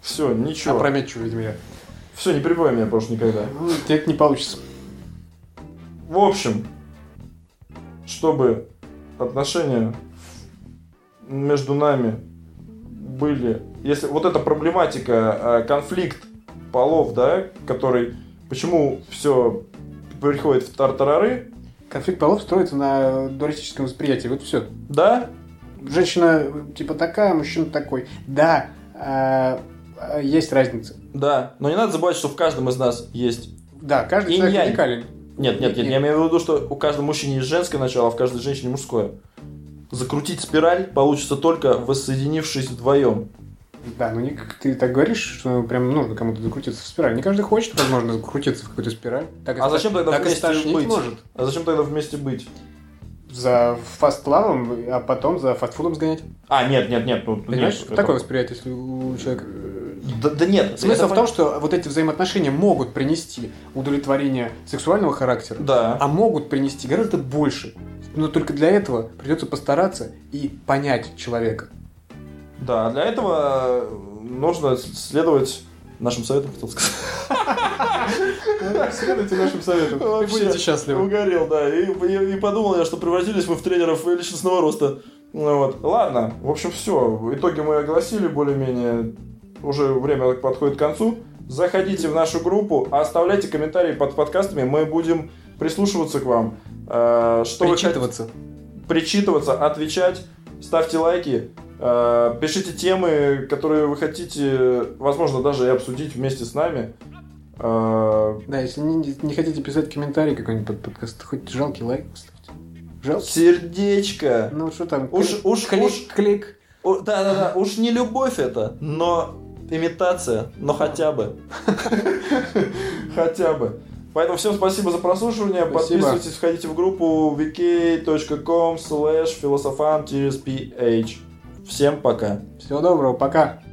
Speaker 1: Все, ничего.
Speaker 2: Опрометчиво, видимо, я.
Speaker 1: Все, не прибывай меня больше никогда.
Speaker 2: Ну, тебе это не получится.
Speaker 1: В общем, чтобы отношения между нами были, если вот эта проблематика, э, конфликт полов, да, который, почему все приходит в тартарары,
Speaker 2: Конфликт полов строится на дуалистическом восприятии. Вот все.
Speaker 1: да,
Speaker 2: Женщина типа такая, мужчина такой. Да, а, а, есть разница.
Speaker 1: да, но не надо забывать, что в каждом из нас есть.
Speaker 2: Да, каждый
Speaker 1: Инь-янь.
Speaker 2: человек уникален.
Speaker 1: Нет, нет, нет, я имею в виду, что у каждого мужчины есть женское начало, а в каждой женщине мужское. Закрутить спираль получится только воссоединившись вдвоем.
Speaker 2: Да, ну не как ты так говоришь, что прям нужно кому-то закрутиться в спираль. Не каждый хочет, возможно, закрутиться в какую-то спираль. Так и
Speaker 1: А
Speaker 2: ста-
Speaker 1: зачем тогда
Speaker 2: так и
Speaker 1: вместе
Speaker 2: стошнить
Speaker 1: быть?
Speaker 2: может.
Speaker 1: А зачем тогда вместе быть?
Speaker 2: За фастлавом, а потом за фастфудом сгонять.
Speaker 1: А, нет, нет, нет. ну,
Speaker 2: Понимаешь?
Speaker 1: нет, это-
Speaker 2: Такое восприятие если у человека.
Speaker 1: Да, да нет.
Speaker 2: Смысл
Speaker 1: это
Speaker 2: в том, что вот эти взаимоотношения могут принести удовлетворение сексуального характера,
Speaker 1: пон- Да.
Speaker 2: а могут принести гораздо больше. Но только для этого придется постараться и понять человека.
Speaker 1: Да, для этого э, нужно следовать нашим советам, хотел сказать.
Speaker 2: Следуйте нашим советам.
Speaker 1: Вообще.
Speaker 2: Вы будете счастливы.
Speaker 1: Угорел, да. И, и- и подумал я, что превратились мы в тренеров личностного роста. Ну вот. Ладно, в общем, все. Итоги мы огласили более-менее. Уже время подходит к концу. Заходите в нашу группу, оставляйте комментарии под подкастами. Мы будем прислушиваться к вам. Э, Что вы хотите-
Speaker 2: Причитываться.
Speaker 1: причитываться, отвечать, ставьте лайки, э, пишите темы, которые вы хотите, возможно, даже и обсудить вместе с нами. Э,
Speaker 2: Да, если не, не хотите писать комментарий какой-нибудь под подкаст, хоть жалкий лайк поставьте. Жалкий.
Speaker 1: Сердечко.
Speaker 2: Ну что там?
Speaker 1: Уж-
Speaker 2: клик,
Speaker 1: уж-
Speaker 2: клик,
Speaker 1: уж-
Speaker 2: клик.
Speaker 1: О, Да-да-да, уж не любовь это, но имитация, но хотя бы. Хотя бы. Поэтому всем спасибо за прослушивание.
Speaker 2: Спасибо.
Speaker 1: Подписывайтесь, входите в группу vk.com slash philosophan Всем пока.
Speaker 2: Всего доброго, пока.